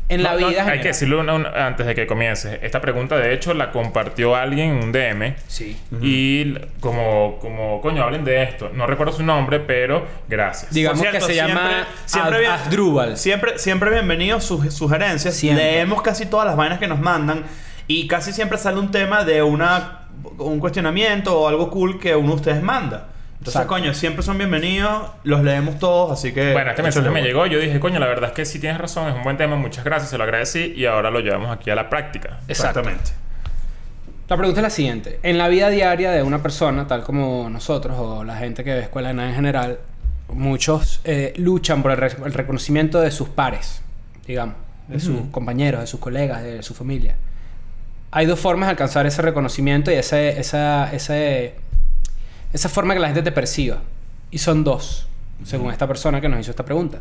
en la
No, no,
vida...
hay
general-
que decirlo una- una- antes de que comiences. Esta pregunta, de hecho, la compartió alguien en un DM.
Sí.
Y l- como, como, coño, hablen de esto. No recuerdo su nombre, pero gracias.
Digamos
Por cierto,
que se llama Ad-
bien-
Asdrúbal.
Siempre, siempre bienvenidos sus sugerencias.
Siempre.
Leemos casi todas las vainas que nos mandan y casi siempre sale un tema de una un cuestionamiento o algo cool que uno de ustedes manda. Entonces,
Exacto.
coño, siempre son bienvenidos, los leemos todos, así que
Bueno, este mensaje
eh, échale
me
bola.
llegó. Yo dije, coño, la verdad es que sí tienes razón, es un buen tema, muchas gracias, se lo agradecí y ahora lo llevamos aquí a la práctica.
Exacto.
Exactamente.
La pregunta es la siguiente. En la vida diaria de una persona, tal como nosotros o la gente que ve Escuela de Nada en general, muchos eh, luchan por el, re- el reconocimiento de sus pares, digamos, de sus compañeros, de sus colegas, de su familia. Hay dos formas de alcanzar ese reconocimiento y ese, esa, ese- esa forma que la gente te perciba. Y son dos, según esta persona que nos hizo esta pregunta.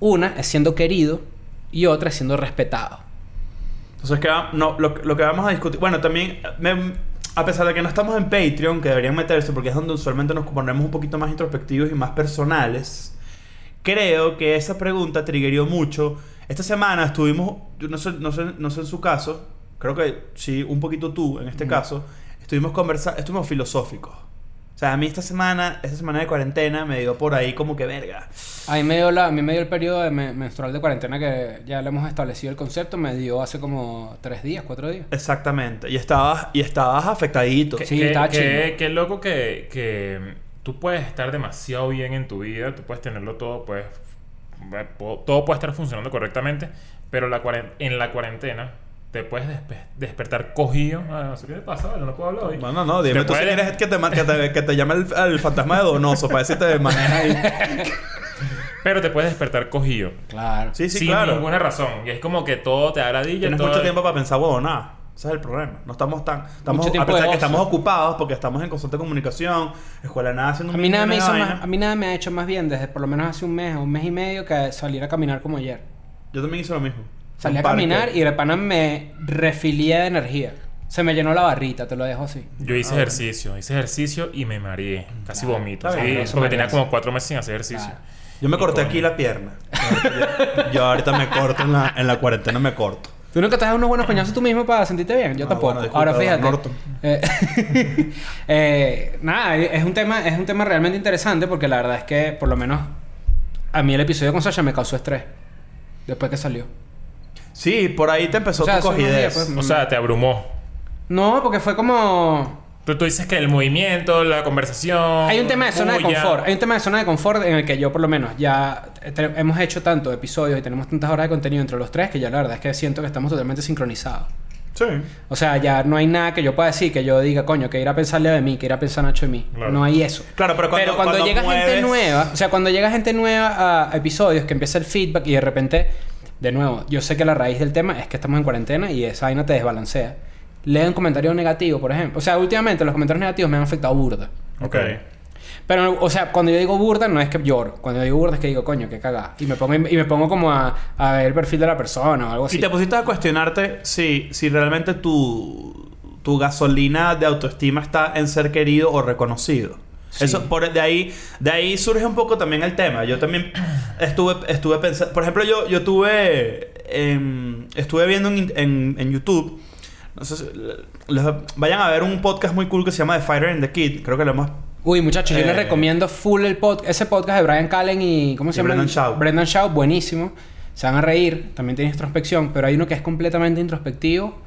Una es siendo querido y otra es siendo respetado.
Entonces, que, va- no, lo, lo que vamos a discutir. Bueno, también, me- a pesar de que no estamos en Patreon, que deberían meterse porque es donde usualmente nos ponemos un poquito más introspectivos y más personales, creo que esa pregunta triggerió mucho. Esta semana estuvimos, yo no sé, no sé, no sé en su caso, creo que sí, un poquito tú en este caso, estuvimos conversando, estuvimos filosóficos. O sea, a mí esta semana, esta semana de cuarentena me dio por ahí como que verga.
A mí me dio, la, a mí me dio el periodo de me- menstrual de cuarentena que ya le hemos establecido el concepto, me dio hace como tres días, cuatro días.
Exactamente. Y estabas, y estabas afectadito.
Que-
Sí,
que-
está
que-
chimbo.
Qué loco que, que tú puedes estar demasiado bien en tu vida, tú puedes tenerlo todo, puedes, eh, po- todo puede estar funcionando correctamente, pero la cuaren- en la cuarentena te puedes despe- despertar cogido. Ah, no sé qué te pasa, vale, no puedo hablar hoy.
No, no, no, dime
Te
tú si
puedes-
quieres que te, ma- que te, que te llame el, el fantasma de Donoso para decirte de maneja ahí.
Pero te puedes despertar cogido.
Claro.
Sí, sí,
sin
claro.
ninguna razón. Y es como que todo te da ladilla.
Tienes
todo-
mucho tiempo para pensar, huevo, nada. Ese es el problema. No estamos tan. Estamos,
Mucho
a
tiempo
pesar
de
que
ocio.
estamos ocupados porque estamos en constante comunicación, escuela de nada haciendo
A
un
mí, nada me
millón de
hizo
vainas.
más- a mí nada me ha hecho más bien desde por lo menos hace un mes o un mes y medio que salir a caminar como ayer.
Yo también hice lo mismo.
Salí
Un
a
parque.
caminar y de pana me refilié de energía. Se me llenó la barrita, te lo dejo así.
Yo
Ah,
hice ejercicio, hice ejercicio y me mareé. Casi vomito.
está
Sí,
bien,
eso
porque
me
tenía
parece.
como cuatro meses sin hacer ejercicio.
Claro.
Yo me
Y
corté
coño.
aquí la pierna. Yo, yo ahorita me corto en la, en la cuarentena, me corto.
Tú nunca te das unos buenos coñazos tú mismo para sentirte bien. Yo
Ah,
tampoco.
bueno, disculpa,
Ahora fíjate.
Edward Norton.
Eh, [laughs] eh, nada, es un tema, es un tema realmente interesante porque la verdad es que, por lo menos, a mí el episodio con Sasha me causó estrés. Después que salió.
Sí, por ahí te empezó
O sea,
tu
hace unos
cogidez.
días, pues,
O sea, te abrumó.
No, porque fue como.
Tú, tú dices que el movimiento, la conversación.
Hay un tema de zona de
bulla.
confort. Hay un tema de zona de confort en el que yo, por lo menos, ya te- hemos hecho tantos episodios y tenemos tantas horas de contenido entre los tres que ya la verdad es que siento que estamos totalmente sincronizados.
Sí.
O sea, ya no hay nada que yo pueda decir que yo diga, coño, que ir a pensarle de mí, que ir a pensar Nacho de mí.
Claro.
No hay eso.
Claro, pero cuando-
pero cuando,
cuando
llega gente
mueves-
nueva, o sea, cuando llega gente nueva a episodios, que empieza el feedback y de repente, de nuevo, yo sé que la raíz del tema es que estamos en cuarentena y esa vaina te desbalancea. Lean comentarios negativos, por ejemplo. O sea, últimamente los comentarios negativos me han afectado burda.
Ok.
Pero, o sea, cuando yo digo burda, no es que lloro. Cuando yo digo burda es que digo, coño, qué cagada. Y me pongo, y me pongo como a, a ver el perfil de la persona o algo así.
Y te pusiste a cuestionarte si, si realmente tu, tu gasolina de autoestima está en ser querido o reconocido.
Sí.
Eso, por, de, ahí, de ahí surge un poco también el tema. Yo también estuve, estuve pensando... Por ejemplo, yo, yo tuve... em, estuve viendo en, in- en, en YouTube... no sé si- les- vayan a ver un podcast muy cool que se llama The Fighter and the Kid. Creo que lo hemos
Uy, muchachos, yo les
Eh,
recomiendo full el pod ese podcast de Brian Callen y. ¿Cómo se
y
llama?
Brendan Shaw.
Brendan Shaw, buenísimo. Se van a reír, también tiene introspección, pero hay uno que es completamente introspectivo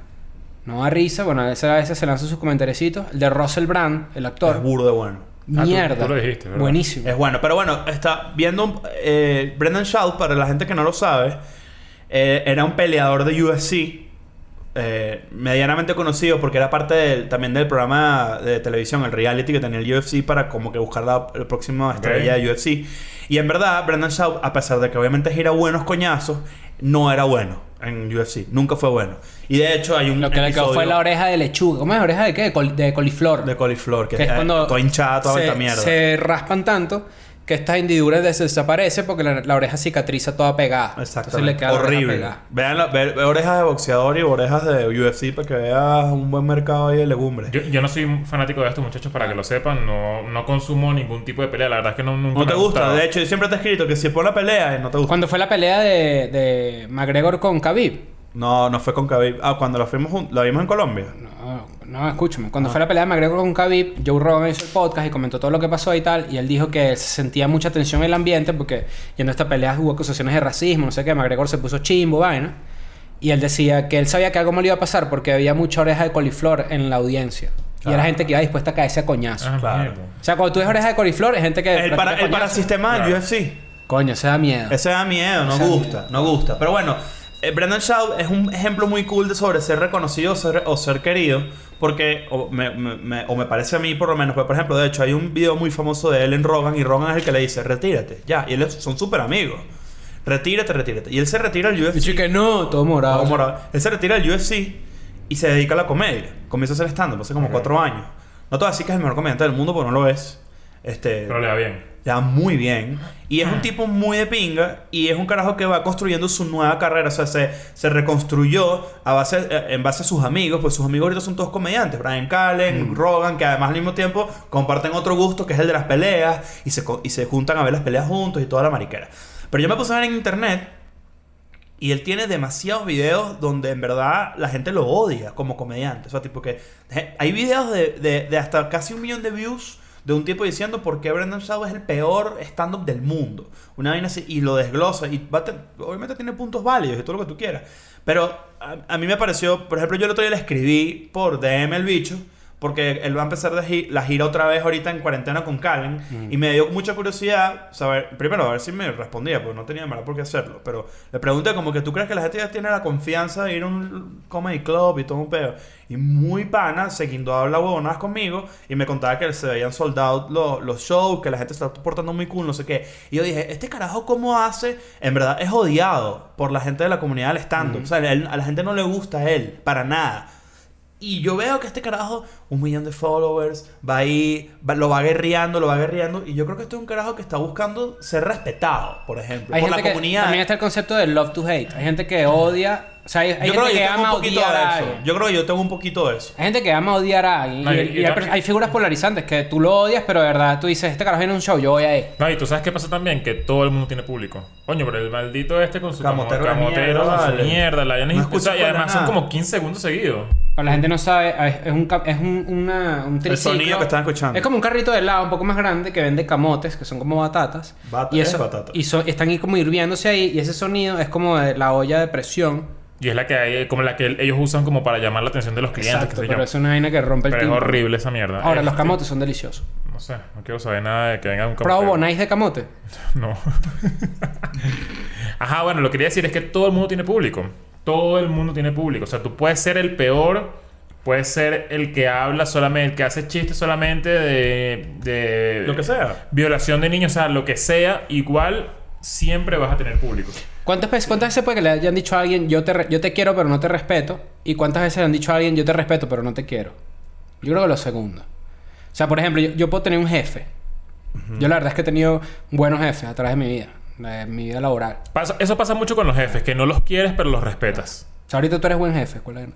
No da risa, bueno, a veces, a veces se lanzan sus comentariecitos. El de Russell Brand, el actor.
Es burdo de bueno.
Ah, tú-
Mierda.
tú lo dijiste, ¿verdad?
Buenísimo.
Es bueno, pero bueno, está viendo eh, Brendan Schaub, para la gente que no lo sabe, eh, era un peleador de UFC eh, medianamente conocido porque era parte del- también del programa de televisión, el reality que tenía el UFC para como que buscar la, la próxima estrella de UFC. Y en verdad, Brendan Schaub, a pesar de que obviamente gira buenos coñazos, no era bueno en UFC, nunca fue bueno. Y de hecho hay un
Lo que le quedó fue
episodio
la oreja de lechuga. ¿Cómo es oreja de qué? De, col- de coliflor.
de coliflor que,
que es
eh,
cuando
todo hinchado, toda
se,
esta mierda.
se raspan tanto que estas hendiduras des- desaparecen porque la, la oreja cicatriza toda pegada. Entonces le
Exactamente.
queda la oreja
Horrible.
pegada.
Vean la- ve, ve orejas de boxeador y orejas de UFC para que veas un buen mercado ahí de legumbres.
Yo, yo no soy un fanático de estos muchachos, para que lo sepan. No, no consumo ningún tipo de pelea. La verdad es que no, nunca
no
me
te
ha
gusta.
gustado.
De hecho, yo siempre te he escrito que si por la pelea eh, no te gusta.
Cuando fue la pelea de, de McGregor con Khabib.
No, no fue con Khabib. Ah, cuando la fuimos jun- la vimos en Colombia.
No, no, escúchame. Cuando fue la pelea de McGregor con Khabib, Joe Rogan hizo el podcast y comentó todo lo que pasó y tal. Y él dijo que se sentía mucha tensión en el ambiente porque yendo a esta pelea hubo acusaciones de racismo, no sé qué. McGregor se puso chimbo, vaina. Y él decía que él sabía que algo mal iba a pasar porque había mucha oreja de coliflor en la audiencia. Y
Ah.
era gente que iba dispuesta a caerse a coñazo.
Ah,
Claro.
mierda.
O sea, cuando tú ves oreja de coliflor, es gente que.
El, para, el parasistema del
Claro.
UFC.
Coño, se da miedo.
Ese da miedo, no
Ese da
gusta, no gusta. Pero bueno, eh, Brendan Schaub es un ejemplo muy cool de sobre ser reconocido ser- o ser querido. Porque, o me, me- me- o me parece a mí por lo menos, pero por ejemplo, de hecho, hay un video muy famoso de él en Rogan y Rogan es el que le dice, retírate, ya. Y él es- son súper amigos. Retírate, retírate. Y él se retira al UFC.
Dicho que no, todo morado.
Todo morado. Él se retira del UFC y se dedica a la comedia. Comienza a hacer stand-up hace como cuatro años. No te voy a decir que es el mejor comediante del mundo, porque no lo es. Este,
Pero le va bien.
le va muy bien. Y es un tipo muy de pinga. Y es un carajo que va construyendo su nueva carrera. O sea, se, se reconstruyó a base, eh, en base a sus amigos. Pues sus amigos ahorita son todos comediantes. Brian Callen, Rogan, que además al mismo tiempo comparten otro gusto que es el de las peleas. Y se, co- y se juntan a ver las peleas juntos y toda la mariquera. Pero yo me puse a ver en internet. Y él tiene demasiados videos donde en verdad la gente lo odia como comediante. O sea, tipo que eh, hay videos de, de- de hasta casi un millón de views de un tipo diciendo por qué Brendan Shaw es el peor stand-up del mundo. Una vaina así, y lo desglosa. Y va a ten- obviamente tiene puntos válidos y todo lo que tú quieras. Pero a, a mí me pareció, por ejemplo, yo el otro día le escribí por DM el bicho. Porque él va a empezar de gi- la gira otra vez ahorita en cuarentena con Callen. Y me dio mucha curiosidad saber, primero, a ver si me respondía, porque no tenía en verdad por qué hacerlo. Pero le pregunté como que tú crees que la gente ya tiene la confianza de ir a un comedy club y todo un pedo. Y muy pana, se quindó a hablar huevonadas conmigo y me contaba que se veían soldado los, los shows, que la gente se está portando muy cool, no sé qué. Y yo dije, este carajo, ¿cómo hace? En verdad es odiado por la gente de la comunidad del stand-up. O sea, él- a la gente no le gusta él, para nada. Y yo veo que este carajo, un millón de followers, va ahí, va- lo va guerreando, lo va guerreando. Y yo creo que este es un carajo que está buscando ser respetado, por ejemplo,
Hay
por la
gente que-
comunidad.
También está el concepto de love to hate. Hay gente que odia. O sea, hay, hay
yo creo
gente que
que yo tengo un
ama
poquito
odiar a
de
alguien.
eso. Yo creo que yo tengo un poquito de eso.
Hay gente que ama odiar a alguien.
No,
y,
y-
y
y
hay,
tam-
pers- hay figuras polarizantes que tú lo odias, pero de verdad tú dices, este carajo viene a un show, yo voy a ir.
No, y tú sabes qué pasa también, que todo el mundo tiene público. Coño, pero el maldito este con su
Camotero
camo-
de
camotero,
mierda,
con su
vale.
mierda, la Yanis-
No
o
escucho
sea, y
para
además son
nada.
como 15 segundos seguidos.
Pero la gente no sabe, es- es un, ca- es un, una, un triciclo.
sonido que están escuchando.
Es como un carrito de helado un poco más grande que vende camotes, que son como batatas.
Bata-
y
es
eso,
batata.
Y so- están ahí como hirviéndose ahí, y ese sonido es como de la olla de presión.
Y es la que hay, como la que ellos usan como para llamar la atención de los clientes,
Exacto,
qué sé
pero
yo.
es una vaina que rompe el
Pero es
tiempo.
horrible esa mierda.
Ahora, los
Este,
camotes son deliciosos.
No sé, no quiero saber nada de que venga un
¿Pro
camotero.
bonáis de camote?
[laughs] No. Ajá, bueno, lo que quería decir es que todo el mundo tiene público. Todo el mundo tiene público. O sea, tú puedes ser el peor, puedes ser el que habla solamente, el que hace chistes solamente de, de.
Lo que sea.
Violación de niños, o sea, lo que sea, igual siempre vas a tener público.
¿Cuántas veces, ¿Cuántas veces puede que le hayan dicho a alguien yo te, re- yo te quiero pero no te respeto? ¿Y cuántas veces le han dicho a alguien yo te respeto pero no te quiero? Yo creo que lo segundo. O sea, por ejemplo, yo, yo puedo tener un jefe. Yo la verdad es que he tenido buenos jefes a través de mi vida, de mi vida laboral.
Pasa- eso pasa mucho con los jefes, que no los quieres, pero los respetas.
O sea, ahorita tú eres buen jefe, ¿cuál es?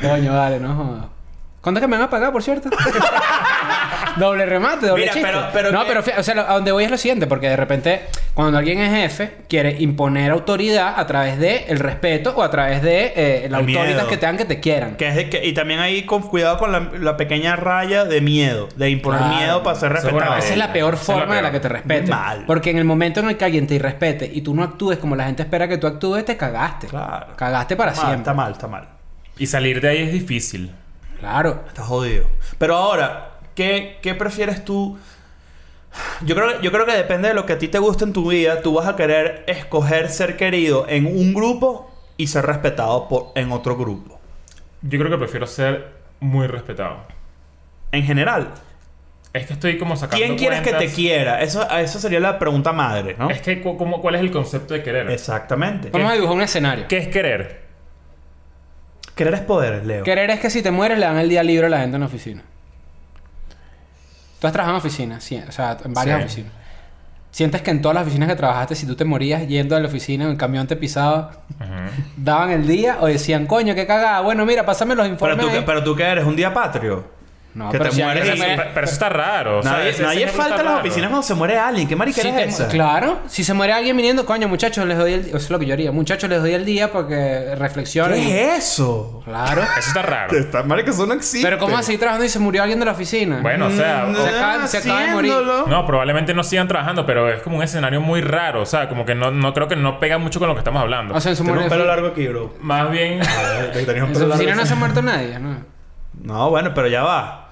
Coño, vale, no jodas. ¿Cuánto es que me van a pagar, por cierto? [laughs] doble remate, doble
Mira,
chiste.
pero- pero
no,
que-
pero fí- o sea, lo- a donde voy es lo siguiente, porque de repente Cuando alguien es jefe, quiere imponer autoridad a través de el respeto o a través de eh, la
El miedo.
autoridad que te dan que te quieran.
Que es de que- y también ahí con cuidado con la, la pequeña raya de miedo, de imponer
Claro.
miedo para ser
Seguro.
respetado.
Esa es la peor
Esa es la
forma de la
peor.
que te respeten.
Mal.
Porque en el momento en el que alguien te irrespete y tú no actúes como la gente espera que tú actúes, te cagaste.
Claro.
Cagaste para
Está mal,
siempre.
está mal, está mal.
Y salir de ahí es difícil.
Claro.
Está jodido. Pero ahora, ¿qué, qué prefieres tú? Yo creo, yo creo que depende de lo que a ti te guste en tu vida. Tú vas a querer escoger ser querido en un grupo y ser respetado por, en otro grupo.
Yo creo que prefiero ser muy respetado.
En general,
Es que estoy como sacando
¿quién quieres que te
cuentas.
quiera? Eso, a eso sería la pregunta madre, ¿no?
Es que, cu- como, ¿cuál es el concepto de querer?
Exactamente.
Vamos a dibujar un escenario.
¿Qué es querer?
Querer es poder, Leo.
Querer es que si te mueres le dan el día libre a la gente en la oficina. Tú has trabajado en oficinas, sí, o sea, en varias
Sí.
oficinas. Sientes que en todas las oficinas que trabajaste, si tú te morías yendo a la oficina, en el camión te pisaba,
Ujú.
daban el día o decían, coño, qué cagada. Bueno, mira, pásame los
Pero
informes.
tú, que-
ahí".
pero tú que eres un día patrio.
no,
que
pero
te
si
mueres
alguien
Pero,
se
eso-
muere-
pero eso está raro. o sea,
nadie
ese-
nadie
ese
falta
está
en las
raro.
oficinas cuando se muere alguien. ¿Qué marica
Si
es
te-
esa?
Claro, si se muere alguien viniendo, coño, muchachos, les doy el Eso es lo que yo haría. Muchachos, les doy el día porque reflexionen.
¿Qué es eso?
Claro.
Eso está raro.
Esta marica, eso no existe.
Pero ¿cómo así trabajando y se murió alguien de la oficina?
Bueno, o sea,
Mm,
o-
acaban- se acaban de morir.
haciéndolo.
no, probablemente no sigan trabajando, pero es como un escenario muy raro. O sea, como que no, no creo que no pega mucho con lo que estamos hablando.
O sea, en su,
Tengo
muerte-
un pelo largo aquí, bro.
Más bien.
Tenía un
en su
pelo largo
oficina no
aquí.
se ha muerto nadie, ¿no?
No, bueno, pero ya va.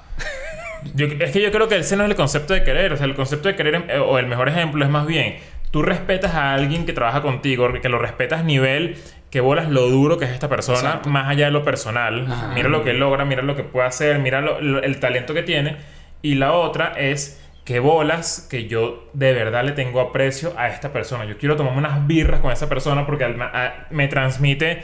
Yo- es que yo creo que ese no es el concepto de querer. O sea, el concepto de querer, eh, o el mejor ejemplo es más bien, tú respetas a alguien que trabaja contigo, que lo respetas nivel, que bolas lo duro que es esta persona, más allá de lo personal.
Ajá.
Mira lo que logra, mira lo que puede hacer, mira lo- lo- el talento que tiene. Y la otra es que bolas que yo de verdad le tengo aprecio a esta persona. Yo quiero tomarme unas birras con esa persona porque al- a- me transmite,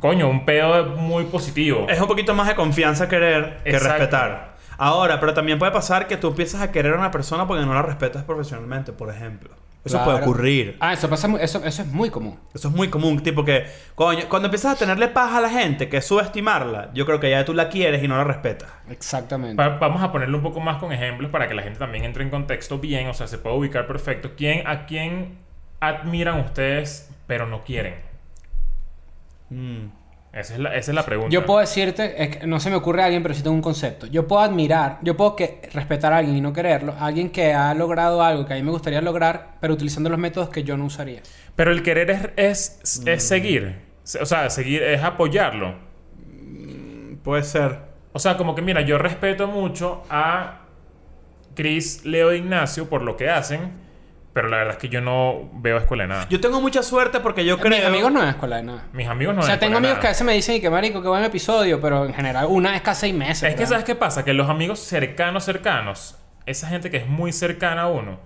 coño, un pedo muy positivo.
Es un poquito más de confianza querer que
Exacto.
respetar. Ahora, pero también puede pasar que tú empiezas a querer a una persona porque no la respetas profesionalmente, por ejemplo. Eso
Claro.
puede ocurrir.
Ah, eso pasa, mu- eso, eso es muy común.
Eso es muy común, tipo que, coño, cuando empiezas a tenerle paz a la gente, que es subestimarla, yo creo que ya tú la quieres y no la respetas.
Exactamente.
Va- vamos a ponerlo un poco más con ejemplos para que la gente también entre en contexto bien, o sea, se puede ubicar perfecto. ¿Quién, ¿A quién admiran ustedes pero no quieren?
Mm.
Esa es la, esa es la pregunta.
Yo puedo decirte, es que no se me ocurre a alguien, pero sí tengo un concepto. Yo puedo admirar, yo puedo que, respetar a alguien y no quererlo, a alguien que ha logrado algo que a mí me gustaría lograr, pero utilizando los métodos que yo no usaría.
Pero el querer es, es,
Mm.
es seguir. Se- O sea, seguir es apoyarlo.
Puede ser.
O sea, como que mira, yo respeto mucho a Chris, Leo e Ignacio por lo que hacen, pero la verdad es que yo no veo escuela de nada.
Yo tengo mucha suerte porque yo creo...
Mis amigos no es escuela de nada.
Mis amigos no
o sea,
ven
tengo
escuela de
amigos
nada.
que a veces me dicen y que marico, qué buen episodio, pero en general una es cada seis meses.
Es que
¿verdad?
¿sabes qué pasa? Que los amigos cercanos, cercanos, esa gente que es muy cercana a uno,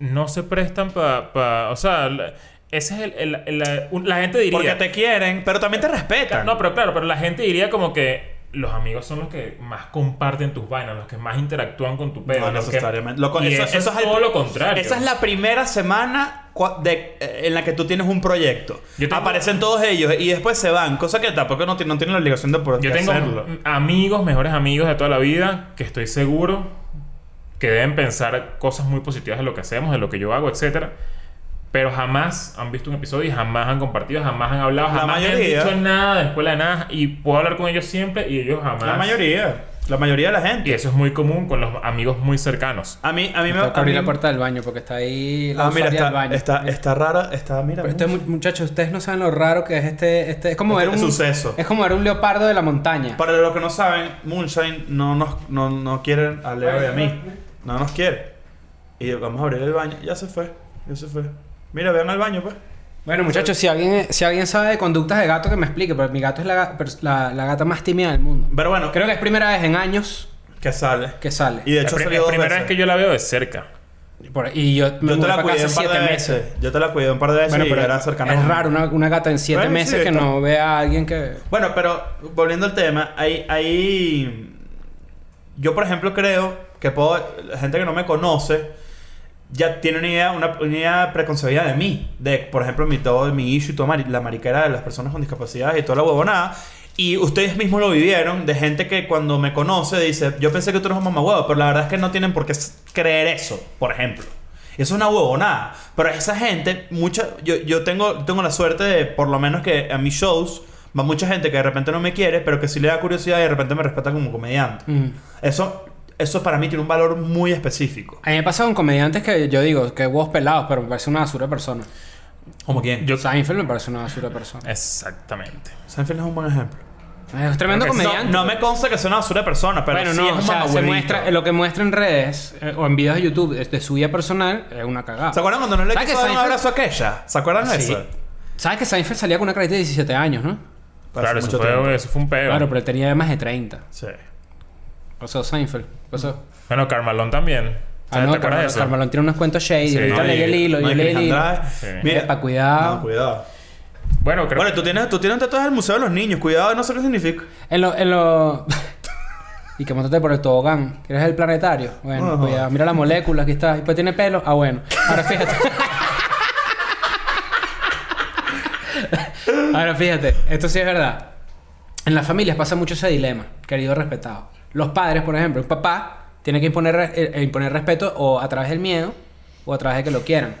no se prestan para... o sea, la- ese es el... el- el- la, un- la gente diría...
Porque te quieren, pero también te respetan.
No, pero claro, pero la gente diría como que los amigos son los que más comparten tus vainas, los que más interactúan con tu pedo.
No
los que-
necesariamente. Lo co-
y eso, es,
el-
todo lo contrario.
Esa es la primera semana cua- de- eh, en la que tú tienes un proyecto.
Yo tengo-
Aparecen todos ellos y después se van. Cosa que tampoco no, ti- no tienen la obligación de por
Yo
de
tengo
hacerlo.
amigos, mejores amigos de toda la vida, que estoy seguro que deben pensar cosas muy positivas de lo que hacemos, de lo que yo hago, etcétera. Pero jamás han visto un episodio y jamás han compartido, jamás han hablado,
La
jamás me han
mayoría.
dicho nada de escuela de nada. Y puedo hablar con ellos siempre y ellos jamás.
La mayoría. La mayoría de la gente.
Y eso es muy común con los amigos muy cercanos.
A mí, a mí me.
Tengo que
a
abrir
mí-
la puerta del baño porque está ahí la
Ah,
usuaria
mira,
del
está,
baño.
está, está rara. Está, mira.
Pero este,
mira.
mu- muchachos, ustedes no saben lo raro que es este. este es como
Este
ver un.
suceso.
Es como ver un leopardo de la montaña.
Para los que no saben, Moonshine no nos no, no quieren a Leo y a mí. No nos quiere. Y vamos a abrir el baño. Ya se fue. Ya se fue. Mira, vean al baño, pues.
Bueno, muchachos, si alguien, si alguien sabe de conductas de gato, que me explique. Pero mi gato es la, ga- pers- la, la gata más tímida del mundo.
Pero bueno,
Creo que es primera vez en años
que sale.
que sale.
Y de
La
hecho,
pri-
salió
la
dos
primera
veces.
vez que yo la veo de cerca.
Y, por- y yo me
Yo
mudé
te la
para
cuidé
acá
un
hace
par de
siete
veces.
meses.
Yo te la cuidé un par de veces
Bueno,
y
pero
era
es,
cercana. a un-
raro una, una gata en siete
Bueno,
meses
sí,
que
está-
no vea a alguien que.
Bueno, pero volviendo al tema, ahí, ahí yo por ejemplo creo que puedo, la gente que no me conoce ya tiene una idea, una, una idea preconcebida de mí, de por ejemplo mi todo mi issue, toda mari- la mariquera de las personas con discapacidades y toda la huevonada. Y ustedes mismos lo vivieron, de gente que cuando me conoce dice, yo pensé que tú eres un mamahuevo, pero la verdad es que no tienen por qué s- creer eso, por ejemplo. Eso es una huevonada. Pero esa gente, mucha, yo, yo tengo, tengo la suerte de, por lo menos que a mis shows, va mucha gente que de repente no me quiere, pero que sí le da curiosidad y de repente me respeta como comediante.
Mm.
Eso, eso para mí tiene un valor muy específico.
A mí me pasa con comediantes que yo digo, que huevos pelados, pero me parece una basura de persona.
¿Como quién?
Yo-
Seinfeld me parece una basura de persona.
Exactamente.
Seinfeld es un buen ejemplo.
Es tremendo
Creo que
comediante.
Eh, No, no me consta que sea una basura de persona, pero
bueno,
sí
no,
es un
o sea, se
mamahuevito.
muestra, eh, lo que muestra en redes eh, o en videos de YouTube de, de su vida personal es una cagada.
¿Se acuerdan cuando no le
¿Sabes
quiso
que
dar un
Seinfeld-
abrazo a aquella? ¿Se acuerdan de
Sí.
eso?
¿Sabes que Seinfeld salía con una carita de 17 años, no?
claro,
Hace
eso
mucho tiempo.
fue, eso fue un peo.
Claro, pero él tenía más de 30.
Sí.
O sea, Seinfeld. O sea,
Bueno, Carmalón también.
ah,
¿Sabes?
no,
¿Te acuerdas de
Carmelo,
eso?
Carmelo tiene unos cuentos shady.
Sí,
Ahorita
no,
leí
y-
el hilo,
No,
yo
y
leí el
Chris
hilo.
Andrade.
Sí.
Mira,
Epa, cuidado.
No, cuidado.
Bueno, creo
Bueno, tú tienes, tú tienes un tatuaje del Museo de los Niños. Cuidado, no sé qué significa.
En lo... En lo... [laughs] y que montaste por el tobogán. ¿Quieres el planetario? Bueno,
Ajá.
cuidado. Mira la molécula, aquí está. Y pues tiene pelo. Ah, bueno. Ahora fíjate. [laughs] Ahora fíjate. Esto sí es verdad. En las familias pasa mucho ese dilema, querido respetado. Los padres, por ejemplo, un papá tiene que imponer, re- eh, eh, imponer respeto o a través del miedo o a través de que lo quieran.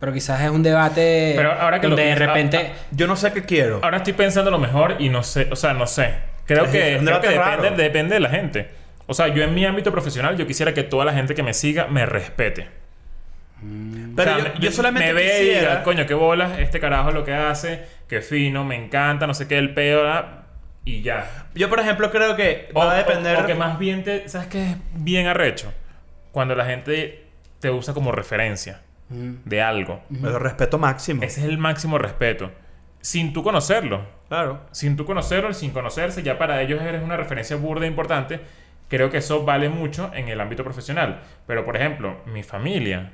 Pero quizás es un debate
Pero ahora que lo
donde de
pienso-
repente...
ah,
Yo no sé qué quiero.
Ah,
Ahora estoy pensando lo mejor y no sé, o sea, no sé. Creo
Es
que,
un
creo
debate
que
raro.
depende, depende de la gente. O sea, yo en mi ámbito profesional, yo quisiera que toda la gente que me siga me respete.
Pero
O sea,
yo, yo solamente
me ve y
quisiera...
diga, coño, qué bolas, este carajo lo que hace, qué fino, me encanta, no sé qué, el pedo, ah", y ya.
Yo, por ejemplo, creo que
O,
va a depender...
o- o que más bien te, ¿sabes qué es bien arrecho? Cuando la gente te usa como referencia
Mm.
de algo.
Pero respeto máximo.
Ese es el máximo respeto. Sin tú conocerlo.
Claro.
sin tú conocerlo, sin conocerse, ya para ellos eres una referencia burda e importante. Creo que eso vale mucho en el ámbito profesional. Pero, por ejemplo, mi familia,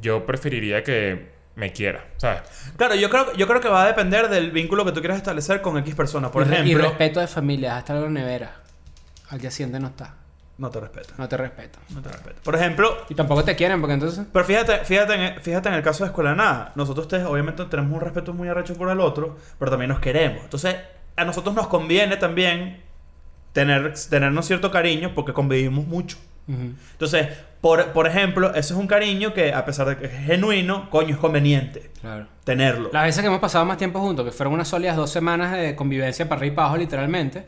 yo preferiría que me quiera, ¿sabes?
Claro, yo creo, yo creo que va a depender del vínculo que tú quieras establecer con X personas. Por
y re- Y
ejemplo...
respeto de familias, hasta la nevera. Al día siguiente no está.
No te respetan.
No te respetan.
No te respetan. Por ejemplo,
Y tampoco te quieren, porque entonces.
Pero fíjate, fíjate, en, fíjate en el caso de Escuela de Nada. Nosotros te- obviamente tenemos un respeto muy arrecho por el otro, pero también nos queremos. Entonces, a nosotros nos conviene también tener, tenernos cierto cariño porque convivimos mucho. Entonces, por, por ejemplo, eso es un cariño que a pesar de que es genuino, coño, es conveniente
Claro.
tenerlo.
Las veces que hemos pasado más tiempo juntos, que fueron unas sólidas dos semanas de convivencia para arriba y para abajo, literalmente,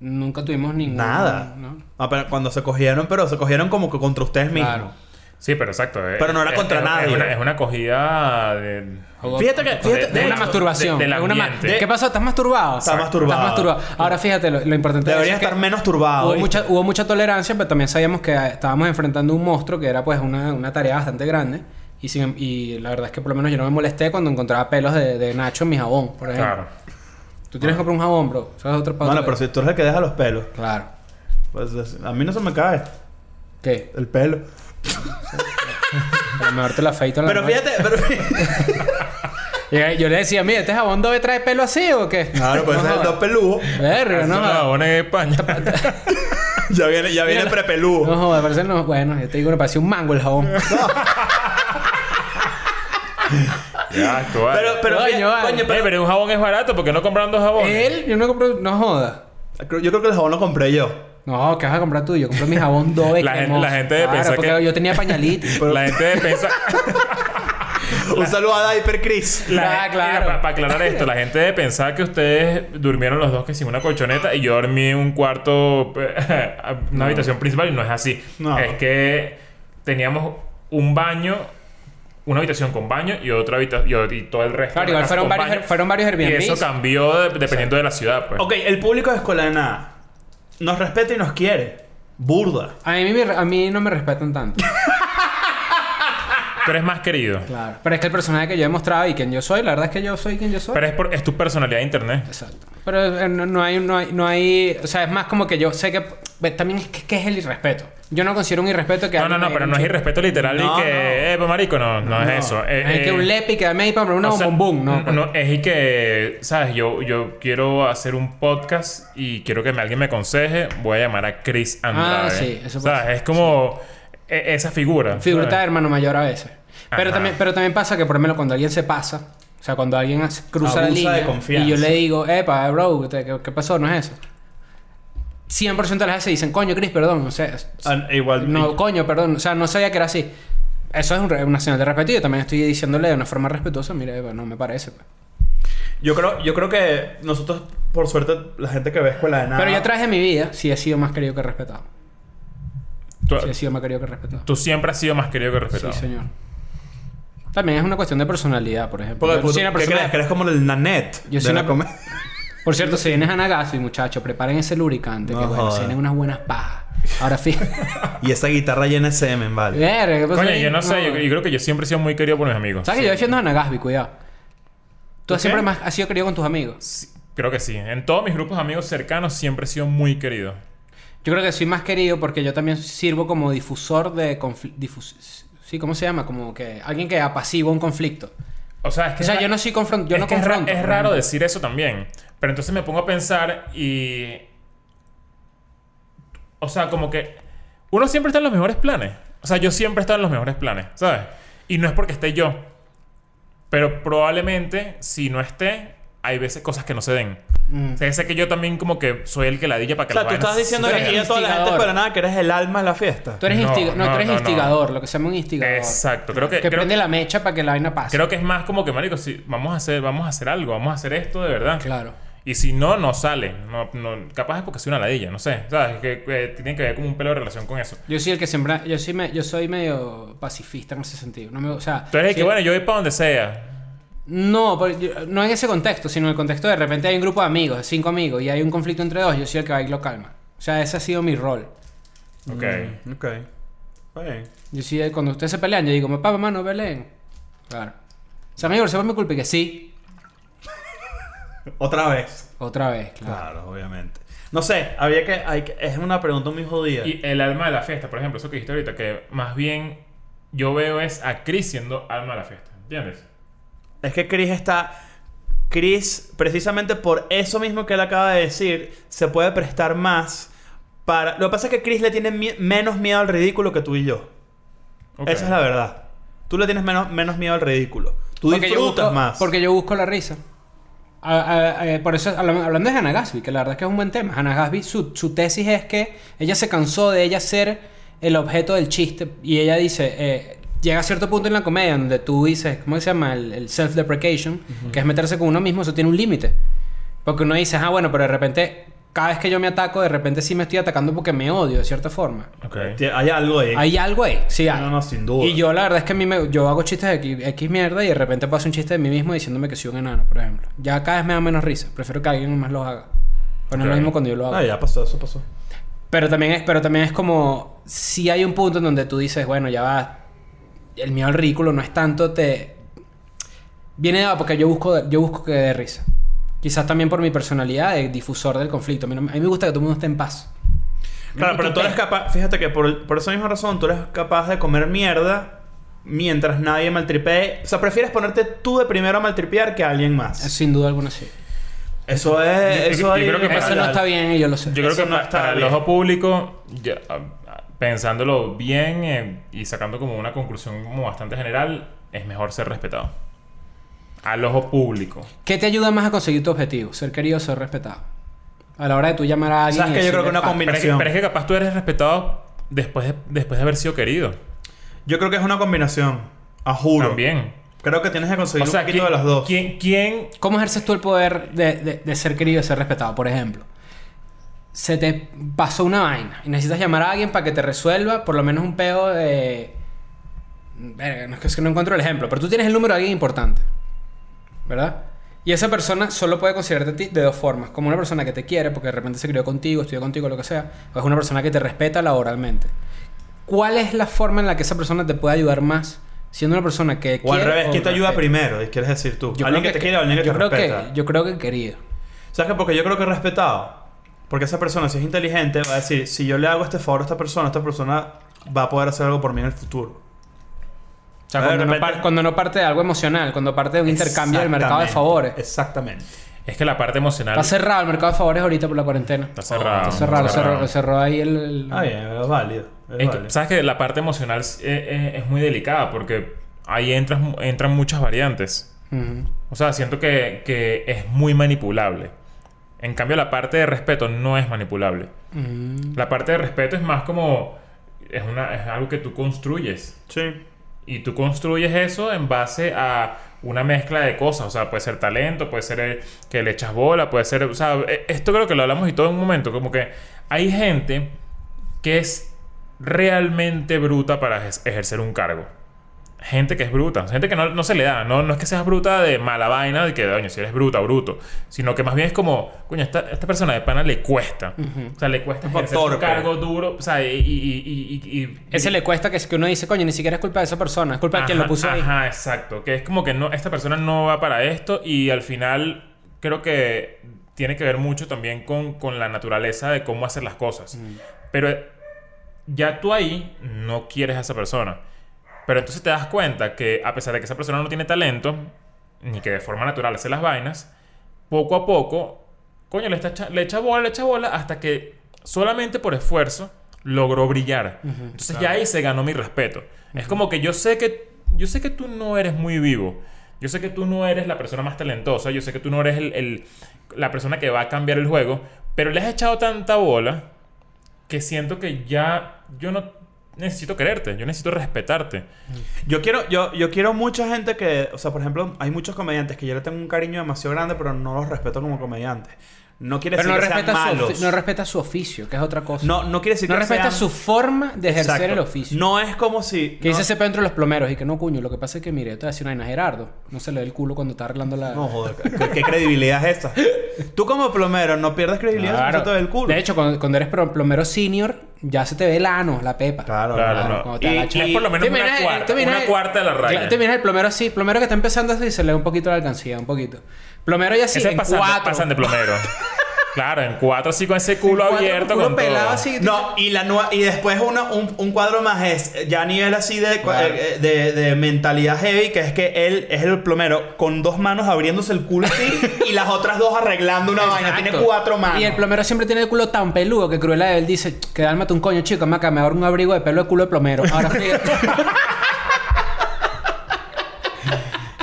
nunca tuvimos ningún.
Nada.
¿no?
Ah, pero cuando se cogieron, pero se cogieron como que contra ustedes mismos.
Claro.
Sí, pero exacto. eh,
Pero no era
es-
contra
es- es
nadie.
una- Es una acogida de...
Jugó-
Fíjate que- fíjate-
de, de
de
una
hecho,
masturbación.
de- del
de una ma-
ambiente.
¿Qué pasó? ¿Estás masturbado?
Estás masturbado.
Ahora fíjate, lo, lo importante de
Debería
eso es
estar
que
menos turbado.
Hubo
¿viste?
mucha, hubo mucha tolerancia, pero también sabíamos que eh, estábamos enfrentando un monstruo que era pues una, una tarea bastante grande. Y, sin- y la verdad es que por lo menos yo no me molesté cuando encontraba pelos de, de Nacho en mi jabón, por ejemplo.
Claro.
Tú tienes que comprar un jabón, bro. Eso es otro pa'
Bueno,
otro-
pero si tú eres el que deja los pelos.
Claro.
Pues, es- a mí no se me cae
¿Qué?
el pelo.
A lo mejor te la afeito en la
Pero
noche.
fíjate, pero fíjate. [laughs]
Y yo le decía, mira, ¿este jabón debe traer pelo así o qué?
Claro, pues ese es el dos peludo.
Verga, no
Son los
jodas.
jabones de España.
[laughs] Ya viene, ya viene el prepeludo.
No jodas, parece no. Bueno, yo te digo, me parecía un mango el
[laughs]
jabón.
[laughs] ya, asco, vale.
Pero, Eh, pero,
Coño,
fíjate,
vale.
coño,
Eh, pero un jabón es barato, porque no compraron dos jabones?
Él, yo no compré. No joda.
pero- yo creo que el jabón lo compré yo.
No, ¿qué vas a comprar tú? Yo compré mi jabón [laughs] Dove.
La gen-
cremoso.
la gente debe
Claro,
pensar
porque
que-
yo tenía pañalitis.
La gente piensa...
Un saludo a Diaper Chris.
La,
Ah, claro.
Para aclarar esto, la gente debe pensar que ustedes durmieron los dos que sin una colchoneta y yo dormí en un cuarto, [laughs] una habitación principal y no es así.
No.
Es que teníamos un baño, una habitación con baño y otra habitación y, todo el resto.
Claro,
de la
igual
casa
fueron
con
varios-
baño.
fueron varios
Y
Airbnbs.
eso cambió de- dependiendo de la ciudad, pues.
Ok, el público de Escuela de Nada nos respeta y nos quiere. Burda.
A mí, me- a mí no me respetan
[laughs]
tanto.
Tú eres más querido.
Claro. Pero es que el personaje que yo he mostrado y quien yo soy, la verdad es que yo soy quien yo soy.
Pero es, por- es tu personalidad de internet.
Exacto. Pero eh, no, no hay, no, hay, no hay... O sea, es más como que yo sé que... ve, También es que, que es el irrespeto. Yo no considero un irrespeto que...
No, no,
alguien
no,
me
pero no es
haya
irrespeto literal
No,
y que,
no.
eh, pues, marico, no, no,
No.
es eso. Eh,
dicho, "Ay, que
eh,
un lepi que dame ahí para comprar
O
una
sea,
bombón, ¿no? pues.
no, es y que, ¿sabes? Yo, yo quiero hacer un podcast y quiero que me- alguien me aconseje. Voy a llamar a Chris Andrade.
Ah, sí, eso puede
¿Sabes? Es como e- esa figura.
Figurita de
¿sabes?
hermano mayor a veces. Pero
Ajá.
también, pero también pasa que, por lo menos, cuando alguien se pasa... O sea, cuando alguien hace- cruza la
Abusa de
línea...
confianza.
Y yo le digo... Epa, bro, te- ¿qué, qué pasó? No es eso. 100% de las veces dicen, coño, Chris, perdón. O sea, es-
Ah, igual.
no, coño, perdón. O sea, no sabía que era así. Eso es un re- una señal de respeto. y Yo también estoy diciéndole de una forma respetuosa. Mira, Eva, no me parece. pues".
Yo creo, yo creo que nosotros, por suerte, la gente que ve escuela
Ah.
de nada.
Pero yo a través de mi vida sí he sido más querido que respetado.
Tú,
Sí he sido más querido que respetado.
tú siempre has sido más querido que respetado.
Sí, señor. También es una cuestión de personalidad, por ejemplo.
Porque,
Yo
puto,
soy una
¿Qué
persona-
crees? Que eres como el Nanette.
Yo soy
de la
una-
come-
Por cierto, si vienes a Nagasui, muchachos, preparen ese lubricante. que
No
bueno,
jodas.
se vienen unas buenas pajas. Ahora
[laughs]
fíjate.
[laughs] y esa guitarra llena de semen, vale.
Verga, ¿qué pasó
Coño,
ahí?
yo no sé, yo, yo creo que yo siempre he sido muy querido por mis amigos.
Pues, ¿Sabes que yo defiendo a Nagasby? Cuidado. Tú
¿Por qué?
siempre más has sido querido con tus amigos.
Sí, creo que sí. En todos mis grupos de amigos cercanos siempre he sido muy querido.
Yo creo que soy más querido porque yo también sirvo como difusor de conflicto. sí, ¿cómo se llama? Como que alguien que apacigua un conflicto.
O sea, es que
O sea,
es ra-
yo no soy confron- yo
es
no
que es ra-
confronto.
Es,
por
raro
ejemplo.
decir eso también. Pero entonces me pongo a pensar y. O sea, como que. Uno siempre está en los mejores planes. O sea, yo siempre he estado en los mejores planes, ¿sabes? Y no es porque esté yo. Pero probablemente, si no esté, hay veces cosas que no se den. O sea, sé que yo también como que soy el que la dilla para que
O sea,
las
Mm. tú
vainas
estás diciendo
se
que
eres
den.
aquí a toda la gente
instigador.
para nada que eres el alma de la fiesta.
Tú eres,
No,
instiga- no,
no,
tú eres
no, no.
instigador, lo que se llama un instigador.
Exacto. Creo que,
Que
creo
prende la mecha para que la vaina pase.
Creo que es más como que, marico, si vamos a hacer, vamos a hacer algo, vamos a hacer esto de verdad.
Claro.
Y si no, no sale. No, no- capaz es porque soy una ladilla, no sé. ¿Sabes? Que, que tiene que ver como un pelo de relación con eso.
Yo soy el que sembra, yo soy, me- yo soy medio pacifista en ese sentido. No me, o sea,
Tú eres el
sí-
que, bueno, yo voy para donde sea.
No, por- yo- no en ese contexto, sino en el contexto de repente hay un grupo de amigos, de cinco amigos, y hay un conflicto entre dos, yo soy el que va y lo calma. O sea, ese ha sido mi rol.
Ok.
Mm, ok. Está bien.
Yo sí, eh, cuando ustedes se pelean, yo digo, papá, mamá, no peleen. Claro. O sea, amigo, sepa mi culpa y que sí,
Otra vez.
otra vez, claro.
Claro, obviamente. No sé, había que, hay que- Es una pregunta muy jodida.
Y el alma de la fiesta, por ejemplo, eso que dijiste ahorita, que más bien yo veo es a Chris siendo alma de la fiesta. ¿Entiendes?
Es que Chris está. Chris, precisamente por eso mismo que él acaba de decir, se puede prestar más para. Lo que pasa es que Chris le tiene mi- menos miedo al ridículo que tú y yo.
Ok.
Esa es la verdad. Tú le tienes menos, menos miedo al ridículo. Tú
yo
disfrutas
busco-
más.
Porque yo busco la risa. A- a- a- por eso, habla- hablando de Hannah Gatsby, que la verdad es que es un buen tema. Hannah Gatsby, su, su tesis es que ella se cansó de ella ser el objeto del chiste. Y ella dice, eh, llega a cierto punto en la comedia donde tú dices, ¿cómo se llama? El, el self-deprecation, que es meterse con uno mismo, eso tiene un límite. Porque uno dice, ah, bueno, pero de repente, cada vez que yo me ataco, de repente sí me estoy atacando porque me odio, de cierta forma.
Ok.
Tie- Hay algo ahí.
Hay algo ahí, sí hay.
No, no, sin duda.
Y yo la verdad es que a mí me, yo hago chistes de X, X mierda y de repente paso un chiste de mí mismo diciéndome que soy un enano, por ejemplo. Ya cada vez me da menos risa. Prefiero que alguien más los haga. Pero no es
Ok.
lo mismo cuando yo lo hago.
Ah, ya pasó, eso pasó.
Pero también es, pero también es como si hay un punto en donde tú dices, bueno, ya va. El miedo al ridículo no es tanto te viene dado porque yo busco yo busco que dé risa. Quizás también por mi personalidad de difusor del conflicto. A mí, no- a mí me gusta que todo el mundo esté en paz.
Claro, pero tú eres capaz. Fíjate que por, por esa misma razón, tú eres capaz de comer mierda mientras nadie maltripee. O sea, prefieres ponerte tú de primero a maltripear que a alguien más.
Sin duda alguna sí.
Eso es.
Yo- yo-
eso
yo
ahí-
creo que para-
Eso no está bien y yo lo sé.
Yo creo
Eso
que
no
pa-
está
para el
bien.
ojo público, ya, ah, pensándolo bien eh, y sacando como una conclusión como bastante general, es mejor ser respetado. Al ojo público.
¿Qué te ayuda más a conseguir tu objetivo? ¿Ser querido o ser respetado? A la hora de tú llamar a alguien.
Sabes
y
que yo creo
decirle,
que una
"Pa".
Pero es, que,
combinación.
pero es que capaz tú eres respetado después de, después de haber sido querido.
Yo creo que es una combinación. A juro.
También.
Creo que tienes que conseguir
O sea,
un poquito
¿quién,
de las dos.
¿quién, quién-
¿Cómo ejerces tú el poder de, de- de ser querido y ser respetado? Por ejemplo, se te pasó una vaina y necesitas llamar a alguien para que te resuelva por lo menos un peo de. Verga, no es que- es que no encuentro el ejemplo, pero tú tienes el número de alguien importante. ¿Verdad? Y esa persona solo puede considerarte a ti de dos formas: como una persona que te quiere, porque de repente se crió contigo, estudió contigo, lo que sea, o es una persona que te respeta laboralmente. ¿Cuál es la forma en la que esa persona te puede ayudar más? Siendo una persona que.
O al
quiere
revés, ¿quién te ayuda
respeta?
primero? Quieres decir tú.
Yo
alguien que,
creo
te quiere o alguien que
yo
te
creo
respeta.
Que, yo creo que querido.
¿Sabes qué? Porque yo creo que es respetado. Porque esa persona, si es inteligente, va a decir: si yo le hago este favor a esta persona, esta persona va a poder hacer algo por mí en el futuro.
O sea,
A ver,
cuando,
de
no
repente-
par- cuando no parte de algo emocional, cuando parte de un intercambio del mercado de
Exactamente.
favores.
Exactamente.
es que la parte emocional
Está
está,
cerrado el mercado de favores ahorita por la cuarentena.
cerrada.
Está cerrado, cerró, cerró ahí el. el-
Ah, bien, es válido. es
Es que,
válido.
Sabes que la parte emocional es, es- es muy delicada porque ahí entras, entran muchas variantes.
Ujú.
O sea, siento que, que es muy manipulable. En cambio, la parte de respeto no es manipulable. La parte de respeto es más como... Es, una, es algo que tú construyes.
Sí.
Y tú construyes eso en base a una mezcla de cosas. O sea, puede ser talento, puede ser eh, que le echas bola, puede ser... O sea, eh, esto creo que lo hablamos y todo en un momento. Como que hay gente que es realmente bruta para ej- ejercer un cargo. Gente que es bruta, gente que no, no se le da, no, no es que seas bruta de mala vaina, de que, doña, si eres bruta, bruto, sino que más bien es como, coño, esta, esta persona de pana le cuesta, o sea, le cuesta
Como
ejercer un
torpe.
cargo duro, o sea, y... y, y, y- y-
Ese le cuesta que, es que uno dice, coño, ni siquiera es culpa de esa persona, es culpa de quien lo
Ajá,
puso ahí.
Ajá, exacto. Que es como que no, esta persona no va para esto y al final creo que tiene que ver mucho también con, con la naturaleza de cómo hacer las cosas.
Mm.
Pero eh, ya tú ahí no quieres a esa persona. Pero entonces te das cuenta que a pesar de que esa persona no tiene talento, ni que de forma natural hace las vainas, poco a poco, coño, le, está echa- le echa bola, le echa bola, hasta que solamente por esfuerzo logró brillar. Entonces ya ahí se ganó mi respeto. Es como que yo sé que, yo sé que tú no eres muy vivo. Yo sé que tú no eres la persona más talentosa. Yo sé que tú no eres el- el- la persona que va a cambiar el juego. Pero le has echado tanta bola que siento que ya yo no necesito quererte. Yo necesito respetarte.
Yo quiero, yo, yo quiero mucha gente que, o sea, por ejemplo, hay muchos comediantes que yo le tengo un cariño demasiado grande, pero no los respeto como comediantes. No quiere
Pero no
decir que sean
respeta, su,
malos.
ofi- no respeta su oficio, que es otra cosa.
no, no quiere decir
No
que
respeta
sean-
su forma de ejercer
Exacto.
el oficio.
No es como si.
Que
no-
dice ese pedo entre los plomeros y que no, cuño, lo que pasa es que, mire, yo te voy a decir una vaina, Gerardo, no se le da el culo cuando está arreglando la...
No, joder, ¿qué, qué credibilidad es esta? Tú como plomero no pierdes credibilidad
Claro.
si no te ves el culo.
De hecho, cuando, cuando eres pro- plomero senior, ya se te ve el ano, la pepa.
Claro,
Claro,
claro.
no.
cuando
Y-
agachas.
es por lo menos
Te
una
miras-
cuarta,
te miras
una
el-
cuarta de la raya.
Claro, Te miras el plomero así, plomero que está empezando así, se le da un poquito la alcancía, un poquito. Plomero ya así,
ese
en
pasan,
cuatro.
pasan
[laughs]
de plomero. claro, en cuatro así con ese culo
Cuatro,
abierto.
culo
con
pelado
Ah,
todo.
así.
No, y, la nua- y después uno, un, un cuadro más es eh, ya a nivel así de, cua- eh, eh, de, de mentalidad heavy, que es que él es el plomero con dos manos abriéndose el culo así y las otras dos arreglando una vaina. Tiene
Exacto.
cuatro manos.
Ah, Y el plomero siempre tiene el culo tan peludo que Cruella de él dice, que dálmate un coño, chico, maca, me ahorro un abrigo de pelo de culo de plomero. Ahora [laughs]
[laughs]
fíjate.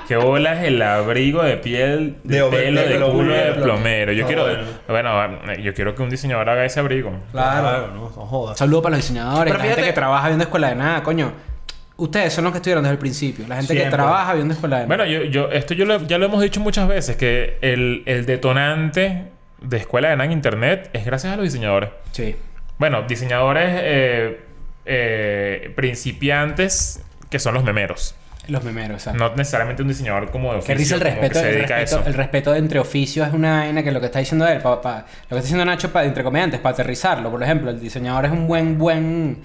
Qué bola es el abrigo de piel de,
De over-
pelo
de
de,
plomero.
culo de plomero. Yo
No,
quiero
bueno.
bueno, yo quiero que un diseñador haga ese abrigo.
Claro, no, no jodas.
Saludos para los diseñadores,
Pero
la gente que
fíjate-
trabaja viendo escuela de nada, coño. Ustedes son los que estuvieron desde el principio, la gente que
Siempre.
trabaja viendo escuela de nada.
Bueno, yo, yo esto yo lo- ya lo hemos dicho muchas veces que el, el detonante de escuela de nada en internet es gracias a los diseñadores.
sí.
Bueno, diseñadores eh, eh, principiantes que son los memeros.
Los memeros, exacto.
No necesariamente un diseñador como de
Que dice
oficio.
el
como
respeto,
que se
el
dedica a
respeto,
eso.
el respeto de entre oficios es una vaina que lo que está diciendo él, pa- pa- lo que está diciendo Nacho pa- entre comediantes, para aterrizarlo. Por ejemplo, el diseñador es un buen, buen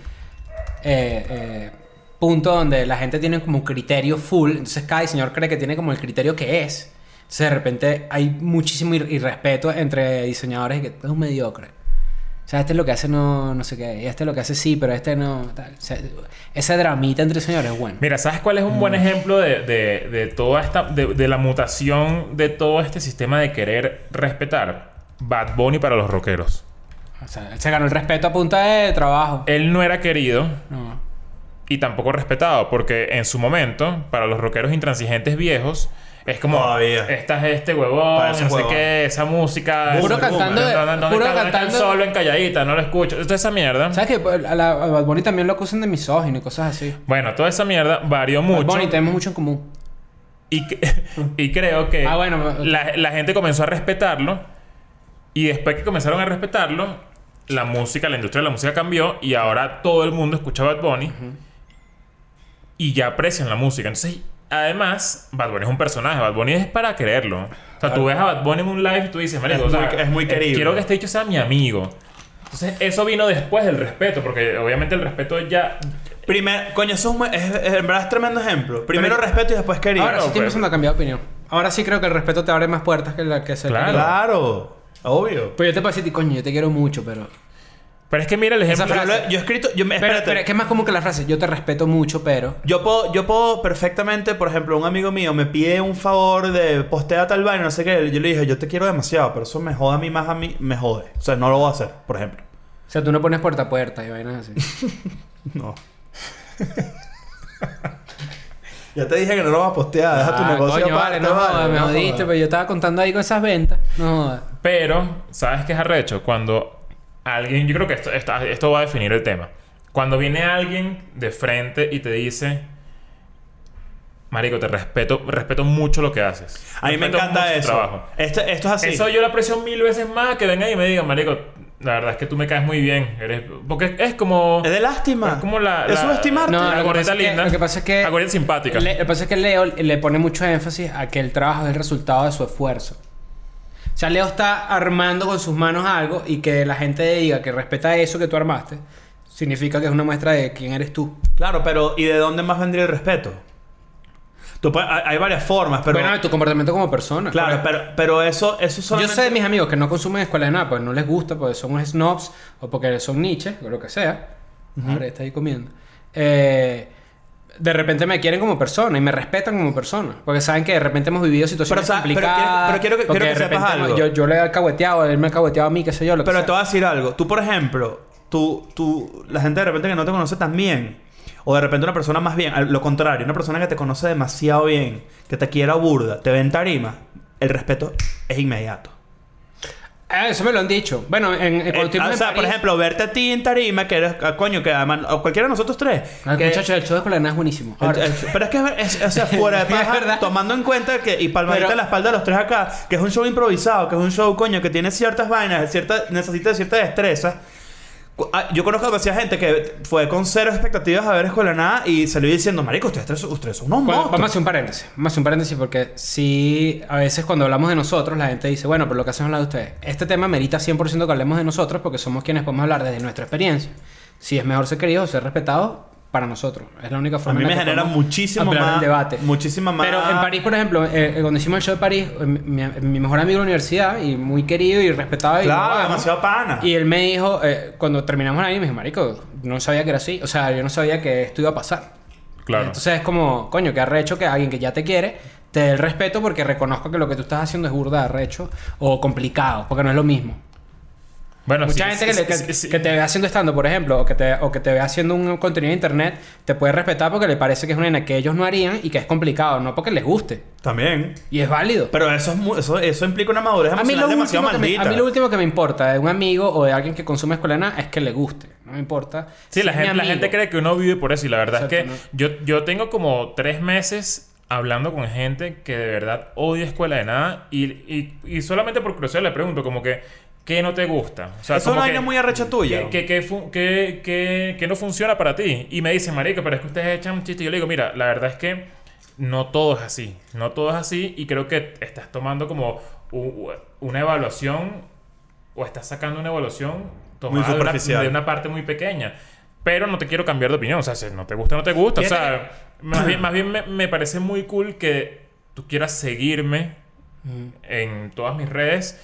eh, eh, punto donde la gente tiene como un criterio full, entonces cada diseñador cree que tiene como el criterio que es. Entonces de repente hay muchísimo ir- irrespeto entre diseñadores y que "Este es un mediocre. O sea, este es lo que hace no, no sé qué, y este es lo que hace sí, pero este no. tal". O sea, ese dramita entre diseñadores es bueno.
Mira, ¿sabes cuál es un
Mm.
buen ejemplo de, de- de toda esta. De, de la mutación de todo este sistema de querer respetar? Bad Bunny para los rockeros.
O sea, él se ganó el respeto a punta de trabajo.
Él no era querido
No.
y tampoco respetado, porque en su momento, para los rockeros intransigentes viejos, es como.
Todavía.
Estás este huevón,
Parece un
no sé
huevón.
qué, esa música.
Puro
ese
cantando
volumen,
de-
¿dónde- dónde
puro
está- dónde está el
cantando-
solo en calladita, no lo escucho. Toda esa mierda.
¿Sabes que a, la, a Bad Bunny también lo acusan de misógino y cosas así?
Bueno, toda esa mierda varió mucho.
Bad Bunny tenemos mucho en común.
Y, que- [laughs] y creo que
Ah, bueno,
la, la gente comenzó a respetarlo. Y después que comenzaron a respetarlo, la música, la industria de la música cambió. Y ahora todo el mundo escucha Bad Bunny. Y ya aprecian la música. Entonces, además, Bad Bunny es un personaje. Bad Bunny es para creerlo. O sea, tú ves a Bad Bunny en un live y tú dices, marico,
Es
o sea,
muy- es muy
eh,
querido.
Quiero que este dicho sea mi amigo. Entonces, eso vino después del respeto. Porque obviamente el respeto ya.
Primer, coño, eso es, un- es- es- en verdad es tremendo ejemplo. Primero
Pero-
respeto y después querido.
Ahora sí estoy
pues.
empezando a cambiar de opinión. Ahora sí creo que el respeto te abre más puertas que la que se...
Claro.
claro, obvio.
Pues yo te puedo decir, coño, yo te quiero mucho, pero...
Pero es que mira el ejemplo.
Yo, lo he- yo he escrito, yo me,
Pero,
espérate.
pero es que es más como que la frase, yo te respeto mucho, pero...
Yo puedo, yo puedo perfectamente, por ejemplo, un amigo mío me pide un favor de postea tal vaina, no sé qué. Yo le dije, yo te quiero demasiado, pero eso me jode a mí más a mí, me jode. O sea, no lo voy a hacer, por ejemplo. [laughs]
O sea, tú no pones puerta a puerta y vainas así.
No. ya te dije que no lo vas [laughs] a postear, deja tu
Ah,
negocio
coño,
aparte,
vale, no, jodas, me
no
jodiste, pues.
jodas.
pero yo estaba contando ahí con esas ventas. No jodas.
Pero, ¿sabes qué es arrecho? Cuando alguien, yo creo que esto, esto, esto va a definir el tema. Cuando viene alguien de frente y te dice, Marico, te respeto, respeto mucho lo que haces.
A mí me
Respeto mucho
encanta
tu
eso. Ah,
trabajo".
Esto, esto es así.
Eso yo lo aprecio mil veces más que vengan y me digan, Marico, la verdad es que tú me caes muy bien. Eres... Porque es como.
Es de lástima.
Es como la.
Es
la-
subestimarte.
No,
la
lo que
gordita
pasa es que-
linda.
lo que pasa es que-
La gordita simpática.
Le- lo que pasa es que Leo le pone mucho énfasis a que el trabajo es el resultado de su esfuerzo. O sea, Leo está armando con sus manos algo y que la gente diga que respeta eso que tú armaste, significa que es una muestra de quién eres tú.
Claro, pero ¿y de dónde más vendría el respeto? Tú puedes- hay, hay varias formas, pero.
bueno, de tu comportamiento como persona.
claro, pero, pero eso, eso
Yo
solamente.
sé de mis amigos que no consumen escuela de nada, porque no les gusta, porque son unos snobs o porque son niches o lo que sea. Ahora está ahí comiendo. Eh, de repente me quieren como persona y me respetan como persona. Porque saben que de repente hemos vivido situaciones
Pero, o sea, pero
complicadas.
quiero- pero quiero que-
porque
quiero que
de
sepas
repente
algo.
Yo, yo le he alcahueteado, él me ha alcahueteado a mí, qué sé yo. Lo que
Pero
sea.
te voy a decir algo. Tú, por ejemplo, tú, tú, la gente de repente que no te conoce tan bien, o de repente una persona más bien, al- lo contrario, una persona que te conoce demasiado bien, que te quiera burda, te ve en tarima, el respeto es inmediato.
Ah, eso me lo han dicho. Bueno, en, en- cuando
Eh,
estuvimos
o
en
sea,
París-
por ejemplo, verte a ti en tarima, que eres, ah, coño, que además, o cualquiera de nosotros tres.
Ay,
que-
muchachos, el show de escuela de nada es buenísimo.
Ent-
Ahora-
es- Pero es que es, es- o sea,
[laughs]
fuera de
Es
paja,
verdad.
tomando en cuenta que, y palmadita
Pero-
a la espalda de los tres acá, que es un show improvisado, que es un show, coño, que tiene ciertas vainas, cierta, necesita de cierta destreza. Cu- ah, Yo conozco a demasiada gente que fue con cero expectativas a ver Escuela de Nada y salió diciendo, marico, ustedes, tres- ustedes son unos
Cuando-
monstruos.
vamos a hacer un paréntesis. Vamos a hacer un paréntesis porque sí, a veces cuando hablamos de nosotros, la gente dice, bueno, pero lo que hacen es hablar de ustedes. Este tema merita 100% que hablemos de nosotros porque somos quienes podemos hablar desde nuestra experiencia. Si es mejor ser querido o ser respetado para nosotros. Es la única
a
forma
mí
en
me
la que
genera
podemos
muchísimo
ampliar
más...
el debate.
Muchísima más...
Pero en París, por ejemplo, eh, eh, cuando hicimos el show de París, eh, mi, mi mejor amigo de la universidad y muy querido y respetado. y
Claro,
guapo,
demasiado pana.
Y él me dijo, eh, cuando terminamos la me dijo, marico, no sabía que era así. O sea, yo no sabía que esto iba a pasar.
Claro.
Entonces es como, coño, que arrecho que alguien que ya te quiere te dé el respeto porque reconozco que lo que tú estás haciendo es burda, arrecho o complicado, porque no es lo mismo.
bueno,
Mucha
sí,
gente que,
sí,
le- que-
sí, sí.
que te ve haciendo estando, por ejemplo, o que, te, o que te ve haciendo un contenido de internet, te puede respetar porque le parece que es una vaina que ellos no harían y que es complicado, no porque les guste.
También.
Y es válido.
Pero eso, es mu- eso, eso implica una madurez
A mí,
emocional
lo último
demasiado
que me,
maldita.
a mí lo último que me importa de un amigo o de alguien que consume escuelana es que le guste. No me importa.
Sí, la,
Si es mi
gente, la
amigo.
gente cree que uno vive por eso. Y la verdad es que
Exacto,
yo, yo tengo como tres meses hablando con gente que de verdad odia escuela de nada. Y, y, y solamente por curiosidad le pregunto, como que, ¿qué no te gusta? O sea,
Eso es una
como
vaina
que-
muy arrecha tuya.
que, que, que, fu- que- que- que no funciona para ti. Y me dicen, marico, pero es que ustedes echan un chiste. Y yo le digo, mira, la verdad es que no todo es así. No todo es así. Y creo que estás tomando como u- una evaluación o estás sacando una evaluación tomada de una-
superficial.
De, una, parte muy pequeña. Pero no te quiero cambiar de opinión. O sea, si no te gusta, no te gusta. O
Fíjate
sea, más bien, más bien me, me parece muy cool que tú quieras seguirme en todas mis redes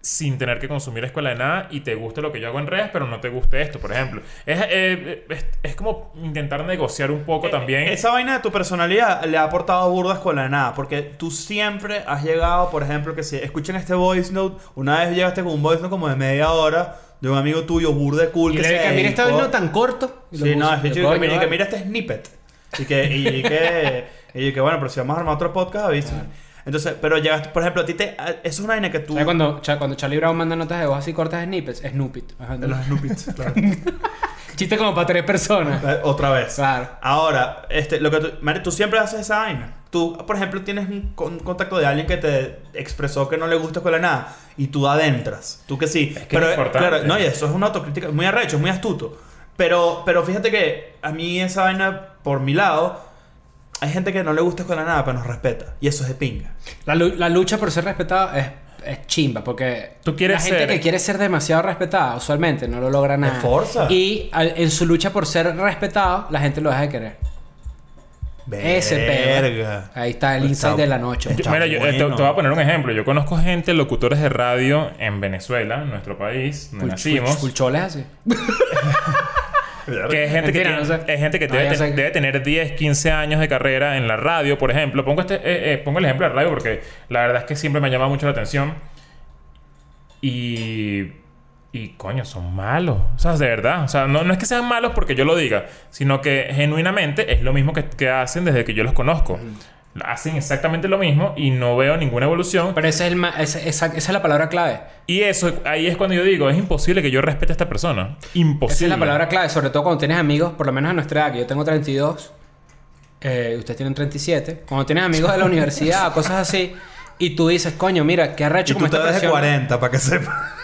sin tener que consumir escuela de nada y te guste lo que yo hago en redes, pero no te guste esto, por ejemplo. Es, eh, es, es como intentar negociar un poco también.
Eh, Esa vaina de tu personalidad le ha aportado burda a escuela de nada, porque tú siempre has llegado, por ejemplo, que si escuchan este voice note, una vez llegaste con un voice note como de media hora de un amigo tuyo, burda de cool,
Y
que
le
se
dije, mira este
dedicó-
vino tan corto. Y lo
Sí, no,
puso.
es que,
Yo,
chico, que
coño,
mira, que
vale.
mira este snippet. Y que, y [laughs] que, y que, bueno, pero si vamos a armar otro podcast, avísame. Entonces, pero llegaste, por ejemplo, a ti te. a- Eso es una vaina que tú.
¿Sabes cuando, cha- cuando Charlie Brown manda notas de voz así cortas de snippets? Snoopit. Ajá.
De los snippets, claro.
[laughs] Chiste como para tres personas.
Eh, Otra vez.
Claro.
Ahora, este, lo que tú, Mari, tú siempre haces esa vaina. Tú, por ejemplo, tienes un con- contacto de alguien que te expresó que no le gusta escuela de nada y tú adentras. Tú que sí.
que es importante.
claro, no, y eso es una autocrítica muy arrecho, es muy astuto. Pero, pero fíjate que a mí esa vaina, por mi lado, hay gente que no le gusta escuela de nada, pero nos respeta. Y eso es de pinga.
La, lu- la lucha por ser respetado es, es chimba, porque
Tú quieres
la gente
ser-
que quiere ser demasiado respetada usualmente no lo logra nada.
Esforza.
Y al- en su lucha por ser respetado, la gente lo deja de querer. Ese
Verga.
peo. ¿eh? Ahí está el insight
Está-
de la noche.
Pues Yo-
está
mira, yo, eh, te-
bueno.
te, voy a poner un ejemplo. Yo conozco gente, locutores de radio en Venezuela, en nuestro país, donde
Full-
nacimos.
full- Fulcholes así.
Que es gente
Mentira,
que, tiene-
no sé.
es gente que
No,
debe,
ya
te-
sé que-
debe tener 10, 15 años de carrera en la radio, por ejemplo. Pongo, este, eh, eh, pongo el ejemplo de la radio porque la verdad es que siempre me ha llamado mucho la atención. Y. Y coño, son malos. O sea, de verdad. O sea, no, no es que sean malos porque yo lo diga, sino que genuinamente es lo mismo que, que hacen desde que yo los conozco. hacen exactamente lo mismo y no veo ninguna evolución.
Pero ese es el ma- ese- esa, esa es la palabra clave.
Y eso, ahí es cuando yo digo, es imposible que yo respete a esta persona. Imposible.
Esa es la palabra clave, sobre todo cuando tienes amigos, por lo menos a nuestra edad, que yo tengo 32, eh, ustedes tienen 37. Cuando tienes amigos de la
[laughs]
universidad o cosas así, y tú dices, coño, mira, qué
Y
arrecho
tú
como
te
esta
ves de
persona.
40, para que sepa.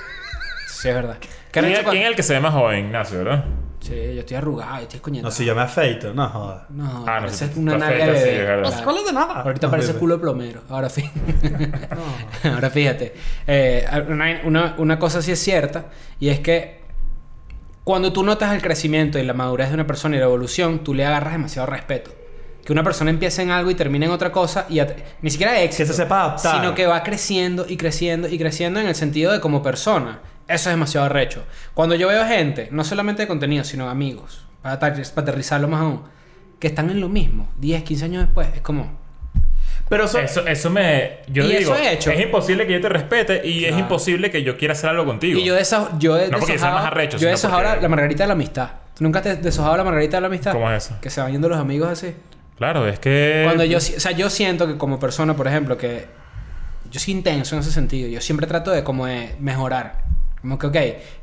Sí, es verdad. ¿Qué
¿Quién,
arrecho
es-
con-
quién es el que se ve más joven, Ignacio, verdad?
Sí, yo estoy arrugado, yo estoy coñetado.
No, si yo me afeito, no joda.
No,
Ah, no,
parece
sí,
una
perfecto,
nalga de
sí,
bebé.
es verdad.
Claro.
[laughs]
Ahorita
No,
parece
bebé.
culo de plomero. Ahora
[laughs]
fíjate. [laughs] Ahora fíjate. Eh, una, una- una cosa sí es cierta y es que cuando tú notas el crecimiento y la madurez de una persona y la evolución, tú le agarras demasiado respeto. Que una persona empiece en algo y termine en otra cosa y at- ni siquiera de éxito.
Que se sepa adaptar.
Sino que va creciendo y creciendo y creciendo en el sentido de como persona. Eso es demasiado arrecho. Cuando yo veo gente, no solamente de contenido, sino amigos, para, ater- para aterrizarlo más aún, que están en lo mismo 10, 15 años después, es como...
Pero eso,
Eso, eso me. Yo
Y
digo,
eso he hecho.
es imposible que yo te respete y es
Claro.
imposible que yo quiera hacer algo contigo.
Y yo desa- yo he
No porque yo sea
deshojado-
más arrecho,
yo he
sino
deshojado
porque-
la margarita de la amistad. ¿Tú nunca te has deshojado la margarita de la amistad?
¿Cómo es eso? Eh,
Que se van yendo los amigos así.
Claro, es que.
Cuando yo, si- o sea, yo siento que como persona, por ejemplo, que yo soy intenso en ese sentido. Yo siempre trato de como de mejorar. Como que, ok,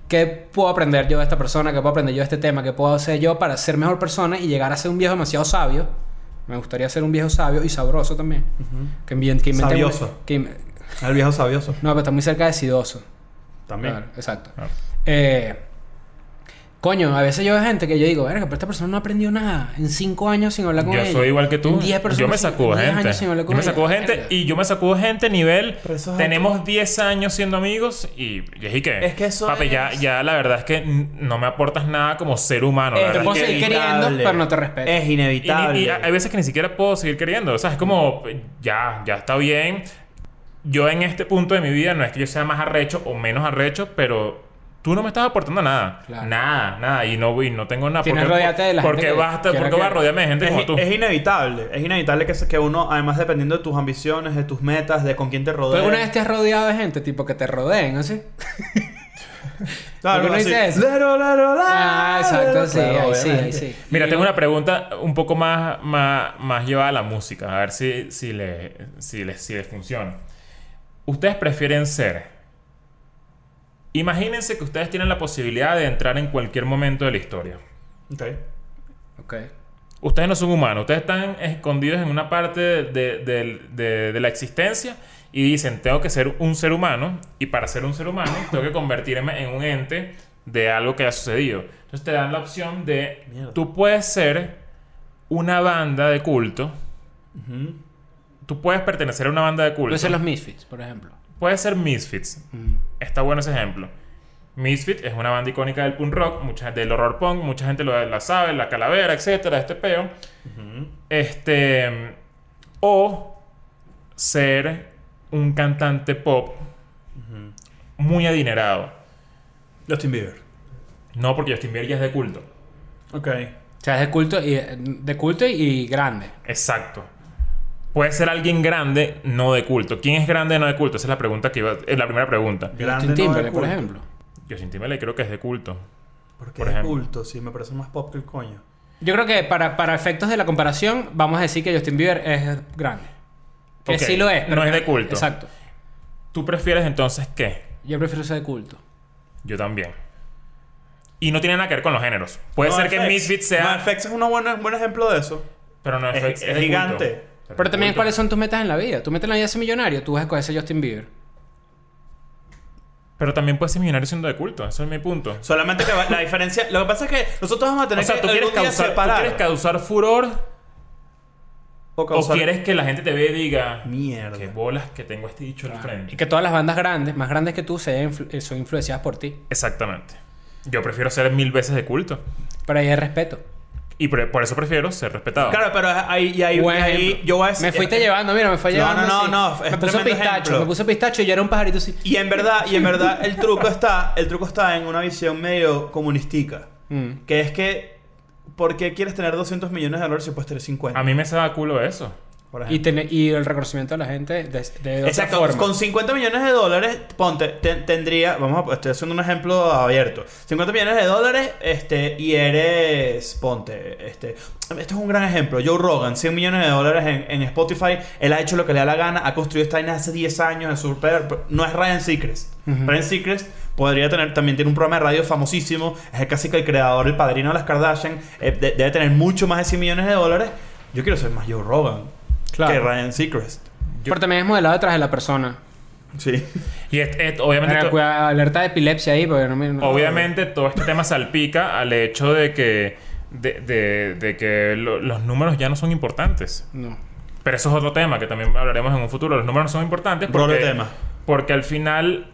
¿qué puedo aprender yo de esta persona? ¿Qué puedo aprender yo de este tema? ¿Qué puedo hacer yo para ser mejor persona y llegar a ser un viejo demasiado sabio? Me gustaría ser un viejo sabio y sabroso también. Que invien- que inventen una-
Sabioso.
que in-
el viejo sabioso.
no, pero está muy cerca de sidoso.
También.
Claro, exacto.
Claro.
Eh, coño, a veces yo veo gente que yo digo, verga, pero esta persona no aprendió nada en cinco años sin hablar con
Yo
ella.
soy igual que
En
tú.
10 personas
Yo me
sin-
sacudo
en 10
gente.
años sin hablar
Yo
con
me
ella.
sacudo gente
Verga.
y yo me sacudo gente nivel.
Pero eso es-
Tenemos 10 años siendo amigos y, y es y que.
Es que eso
Papi, ya,
es-
ya la verdad es que n- no me aportas nada como ser humano. la
Es
verdad.
puedo seguir
inevitable.
queriendo, pero no te respeto.
Es
Y, ni-
inevitable.
y a- hay veces que ni siquiera puedo seguir queriendo. O sea, es como, ya, ya está bien. Yo en este punto de mi vida no es que yo sea más arrecho o menos arrecho, pero tú no me estás aportando nada.
Claro.
Nada, nada. Y no, y no tengo nada.
Tienes que rodearte de la gente
porque
que
basta,
quiera
porque voy a
que-
rodearme de gente como
es,
tú.
es inevitable. Es inevitable que, se- que uno, además dependiendo de tus ambiciones, de tus metas, de con quién te
¿Tú
rodeas.
alguna vez te has rodeado de gente, tipo, que te rodeen, así?
Claro,
alguno
así.
dice eso?
Lero, lero, lero,
Ah, exacto, sí,
Claro,
ahí sí, ahí
obviamente.
sí.
Mira, tengo una pregunta un poco más, más, más llevada a la música. A ver si, si, le, si, le- si les funciona. Ustedes prefieren ser. Imagínense que ustedes tienen la posibilidad de entrar en cualquier momento de la historia.
Ok.
Ok.
Ustedes no son humanos, ustedes están escondidos en una parte de, de- de- de la existencia y dicen, tengo que ser un ser humano y para ser un ser
[laughs]
humano tengo que convertirme en un ente de algo que ha sucedido. Entonces te dan la opción de,
Mierda.
tú puedes ser una banda de culto,
Ujú.
tú puedes pertenecer a una banda de culto,
Puede ser los Misfits, por ejemplo.
puedes ser Misfits, está bueno ese ejemplo. Misfit es una banda icónica del punk rock, mucha, del horror punk, mucha gente lo la sabe, la calavera, etcétera, este peo. Este. O ser un cantante pop muy adinerado.
Justin Bieber.
No, porque Justin Bieber ya es de culto.
Ok.
O sea, es de culto y, eh, de culto y, y grande.
Exacto. Puede ser alguien grande, no de culto. ¿Quién es grande, no de culto? Esa es la pregunta que iba, es la primera pregunta.
Grande
Justin
no de
Timberlake, por
culto.
ejemplo.
Justin Timberlake creo que es de culto.
Porque
Por
es
ejemplo.
culto, sí, me parece más pop que el coño.
Yo creo que para, para efectos de la comparación, vamos a decir que Justin Bieber es grande. Que
Ok,
sí lo es. pero
no es
que-
de culto.
Exacto.
¿Tú prefieres entonces qué?
Yo prefiero ser de culto.
Yo también. Y no tiene nada que ver con los géneros. Puede ser que
NoFX.
Misfit sea.
NoFX es una buena- un buen ejemplo de eso.
pero no
es-
es,
es gigante.
Pero también,
parece
¿cuáles son tus metas en la vida? Tu meta en la vida es ser millonario. Tú vas a escoger ser Justin Bieber.
Pero también puedes ser millonario siendo de culto. Ese es mi punto.
Solamente que va- la diferencia. Lo que pasa es que nosotros vamos a tener
O sea,
que
¿tú quieres,
algún día
causar, tú
separar
quieres causar furor
o causar
o quieres que la gente te vea y diga...
mierda.
Qué bolas que tengo este dicho al
Ah, Y
frente.
que todas las bandas grandes, más grandes que tú, sean influ- eh, son influenciadas por ti.
Exactamente. Yo prefiero ser mil veces de culto.
Pero ahí es respeto.
Y pre- por eso prefiero ser respetado.
Claro, pero ahí, y ahí,
Buen
y ahí
ejemplo.
yo voy a decir.
Me fuiste llevando, mira, me fue
No,
llevando.
no, no,
así.
no, es
Me puso
tremendo
pistacho,
ejemplo.
me puso pistacho y yo era un pajarito así.
Y en verdad, y en verdad, el truco está, el truco está en una visión medio comunistica.
Mm.
Que es que, ¿por qué quieres tener 200 millones de dólares si puedes tener 50?
A mí me se da culo eso.
por ejemplo.
Y, tener- y el reconocimiento de la gente de, de otra
Exacto,
forma.
con 50 millones de dólares, ponte, te- tendría, vamos a, estoy haciendo un ejemplo abierto. 50 millones de dólares, este, y eres, ponte, este, esto es un gran ejemplo. Joe Rogan, 100 millones de dólares en, en Spotify, él ha hecho lo que le da la gana, ha construido esta vaina hace 10 años en su per- no es Ryan Seacrest. Ryan Seacrest podría tener, también tiene un programa de radio famosísimo, es casi que el creador, el padrino de las Kardashian, eh, de- debe tener mucho más de 100 millones de dólares. Yo quiero ser más Joe Rogan
Claro.
que Ryan Seacrest.
Pero también es modelado detrás de la persona.
Sí.
Y et- et- obviamente,
Tenga
to-
cuidado, alerta de epilepsia ahí, porque no me- no-
obviamente todo este tema salpica al hecho de que, de, de- de que lo- los números ya no son importantes.
No.
Pero eso es otro tema que también hablaremos en un futuro. Los números no son importantes
Brother
porque,
tema.
porque al final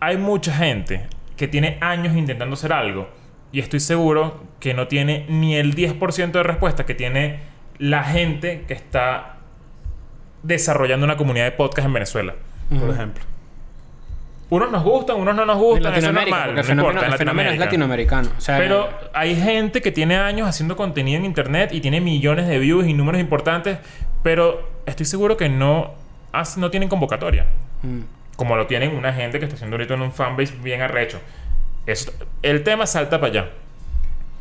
hay mucha gente que tiene años intentando hacer algo y estoy seguro que no tiene ni el 10% de respuesta que tiene la gente que está desarrollando una comunidad de podcast en Venezuela.
por
Ujú.
ejemplo.
Unos nos gustan, unos no nos gustan, eso es
Latinoamérica,
normal.
porque el
no
fenómeno,
importa, en
el fenómeno es
Latinoamérica.
latinoamericano. O sea,
Pero hay gente que tiene años haciendo contenido en internet y tiene millones de views y números importantes, pero estoy seguro que no, hace- no tienen convocatoria.
mm,
Como lo tienen una gente que está haciendo ahorita en un fanbase bien arrecho. Eso- el tema salta para allá.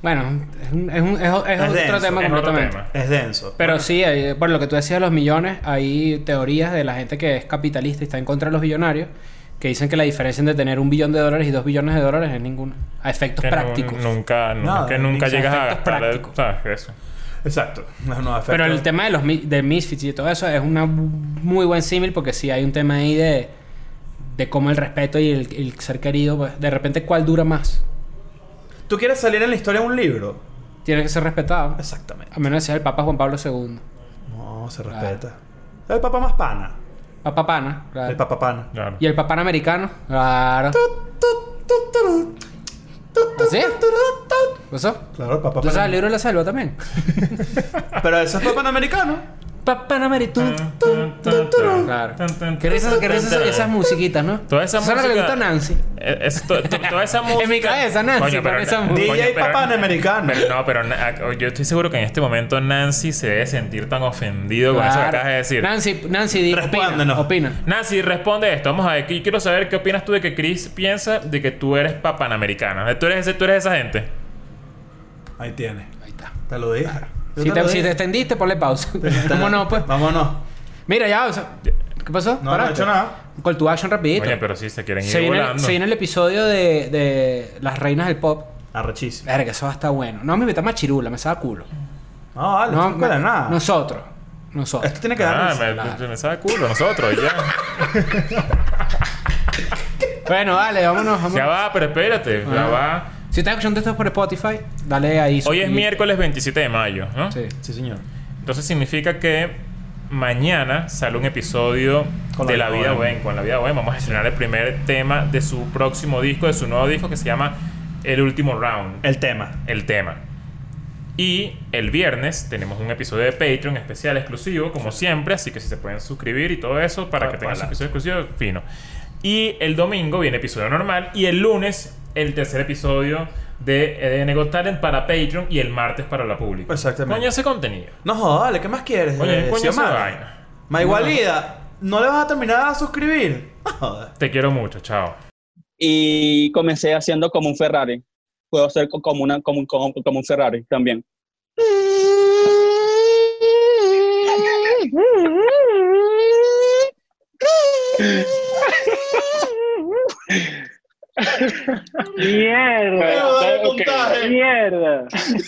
Bueno, es, un- es un- es o- es
Es
otro
denso,
tema
es otro
completamente.
tema.
Es denso.
Pero sí, hay- por lo que tú decías de los millones, hay teorías de la gente que es capitalista y está en contra de los billonarios que dicen que la diferencia entre tener un billón de dólares y dos billones de dólares es ninguna. A efectos
Que nu-
prácticos.
nunca, nu-
Nada,
que nunca
dice
llegas a
efectos
gastar. el-
prácticos.
¿sabes? Eso.
Exacto. No, no, afecta.
Pero el tema de los mi- de Misfits y todo eso es una bu- muy buen símil porque sí hay un tema ahí de, de cómo el respeto y el, el ser querido, pues, de repente, ¿cuál dura más?
¿Tú quieres salir en la historia de un libro?
Tiene que ser respetado.
Exactamente.
A menos que sea el Papa Juan Pablo II.
No, se respeta. El papá más pana.
Papa Pana. claro.
El papá pana.
Claro.
Y el Papa Americano. Claro. ¿Sí? ¿Qué ¿Eso?
Claro, el papá
¿Tú sabes el
pana.
libro de la selva también?
Pero eso es papá panamericano.
Papa
Ah.
Americano. Claro. ¿Qué risas, qué risas esas musiquitas, no?
Toda esa
Eso es lo que le
música-
gusta a Nancy.
Eh, es to- to- toda esa
[laughs]
música.
En mi cabeza, Nancy, con
pero
esa
na-
música.
coño,
DJ
pero-
panamericano.
Pero no, pero na- yo estoy seguro que en este momento Nancy se debe sentir tan ofendido con eso que
Claro.
acabas de decir.
Nancy, Nancy, di- opina.
Respóndenos.
opina.
Nancy, responde esto. Vamos a ver, que- quiero saber qué opinas tú de que Chris piensa de que tú eres pa- panamericano. Tú eres, ese, tú eres esa gente.
Ahí tiene.
Ahí está.
Te lo dije. Yo
Si
lo
te, si
dije.
te extendiste, ponle pausa. ¿Cómo no, pues?
Vámonos.
Mira, ya, o sea, ¿qué pasó?
No, no
Paraste.
he hecho nada.
Call to action rapidito.
Oye, pero sí se quieren ir
se, viene,
volando.
se viene el episodio de, de Las Reinas del Pop.
Arrechísimo.
Verga, eso va a estar bueno. No me invitamos a Chirula, me saca culo.
No, vale,
No,
no cuela
me-
nada.
Nosotros. Nosotros.
Esto tiene que dar.
Ah,
risa.
me, me- me sabe culo nosotros,
[laughs]
ya.
Bueno, dale, vámonos. vámonos.
ya va, pero espérate. Ya
Ah.
va.
Si estás escuchando esto por Spotify, dale ahí.
Hoy es
suscribirte.
miércoles 27 de mayo, ¿no?
Sí.
Sí, señor.
Entonces significa que mañana sale un episodio
Con la
de La
vida
Vida
Bohem.
Buen. Con La Vida Buen vamos a estrenar el primer tema de su próximo disco, de su nuevo disco que se llama El Último Round.
El tema.
El tema. Y el viernes tenemos un episodio de Patreon especial exclusivo, como siempre, así que si se pueden suscribir y todo eso para
Ah,
que tengan su
para.
episodio exclusivo, fino. Y el domingo viene episodio normal y el lunes el tercer episodio de EDN Got Talent para Patreon y el martes para la pública.
Exactamente.
Coño, ese contenido.
No jodas, dale, ¿qué más quieres?
Oye,
Eh,
coño, esa
Xiomara?
vaina.
Ma igualida, ¿no le vas a terminar a suscribir? [laughs] No jodas.
Te quiero mucho, chao.
y comencé haciendo como un Ferrari. Puedo hacer co- como, una, como, un- como, como un Ferrari también.
Mierda.
Pero, ok.
Mierda.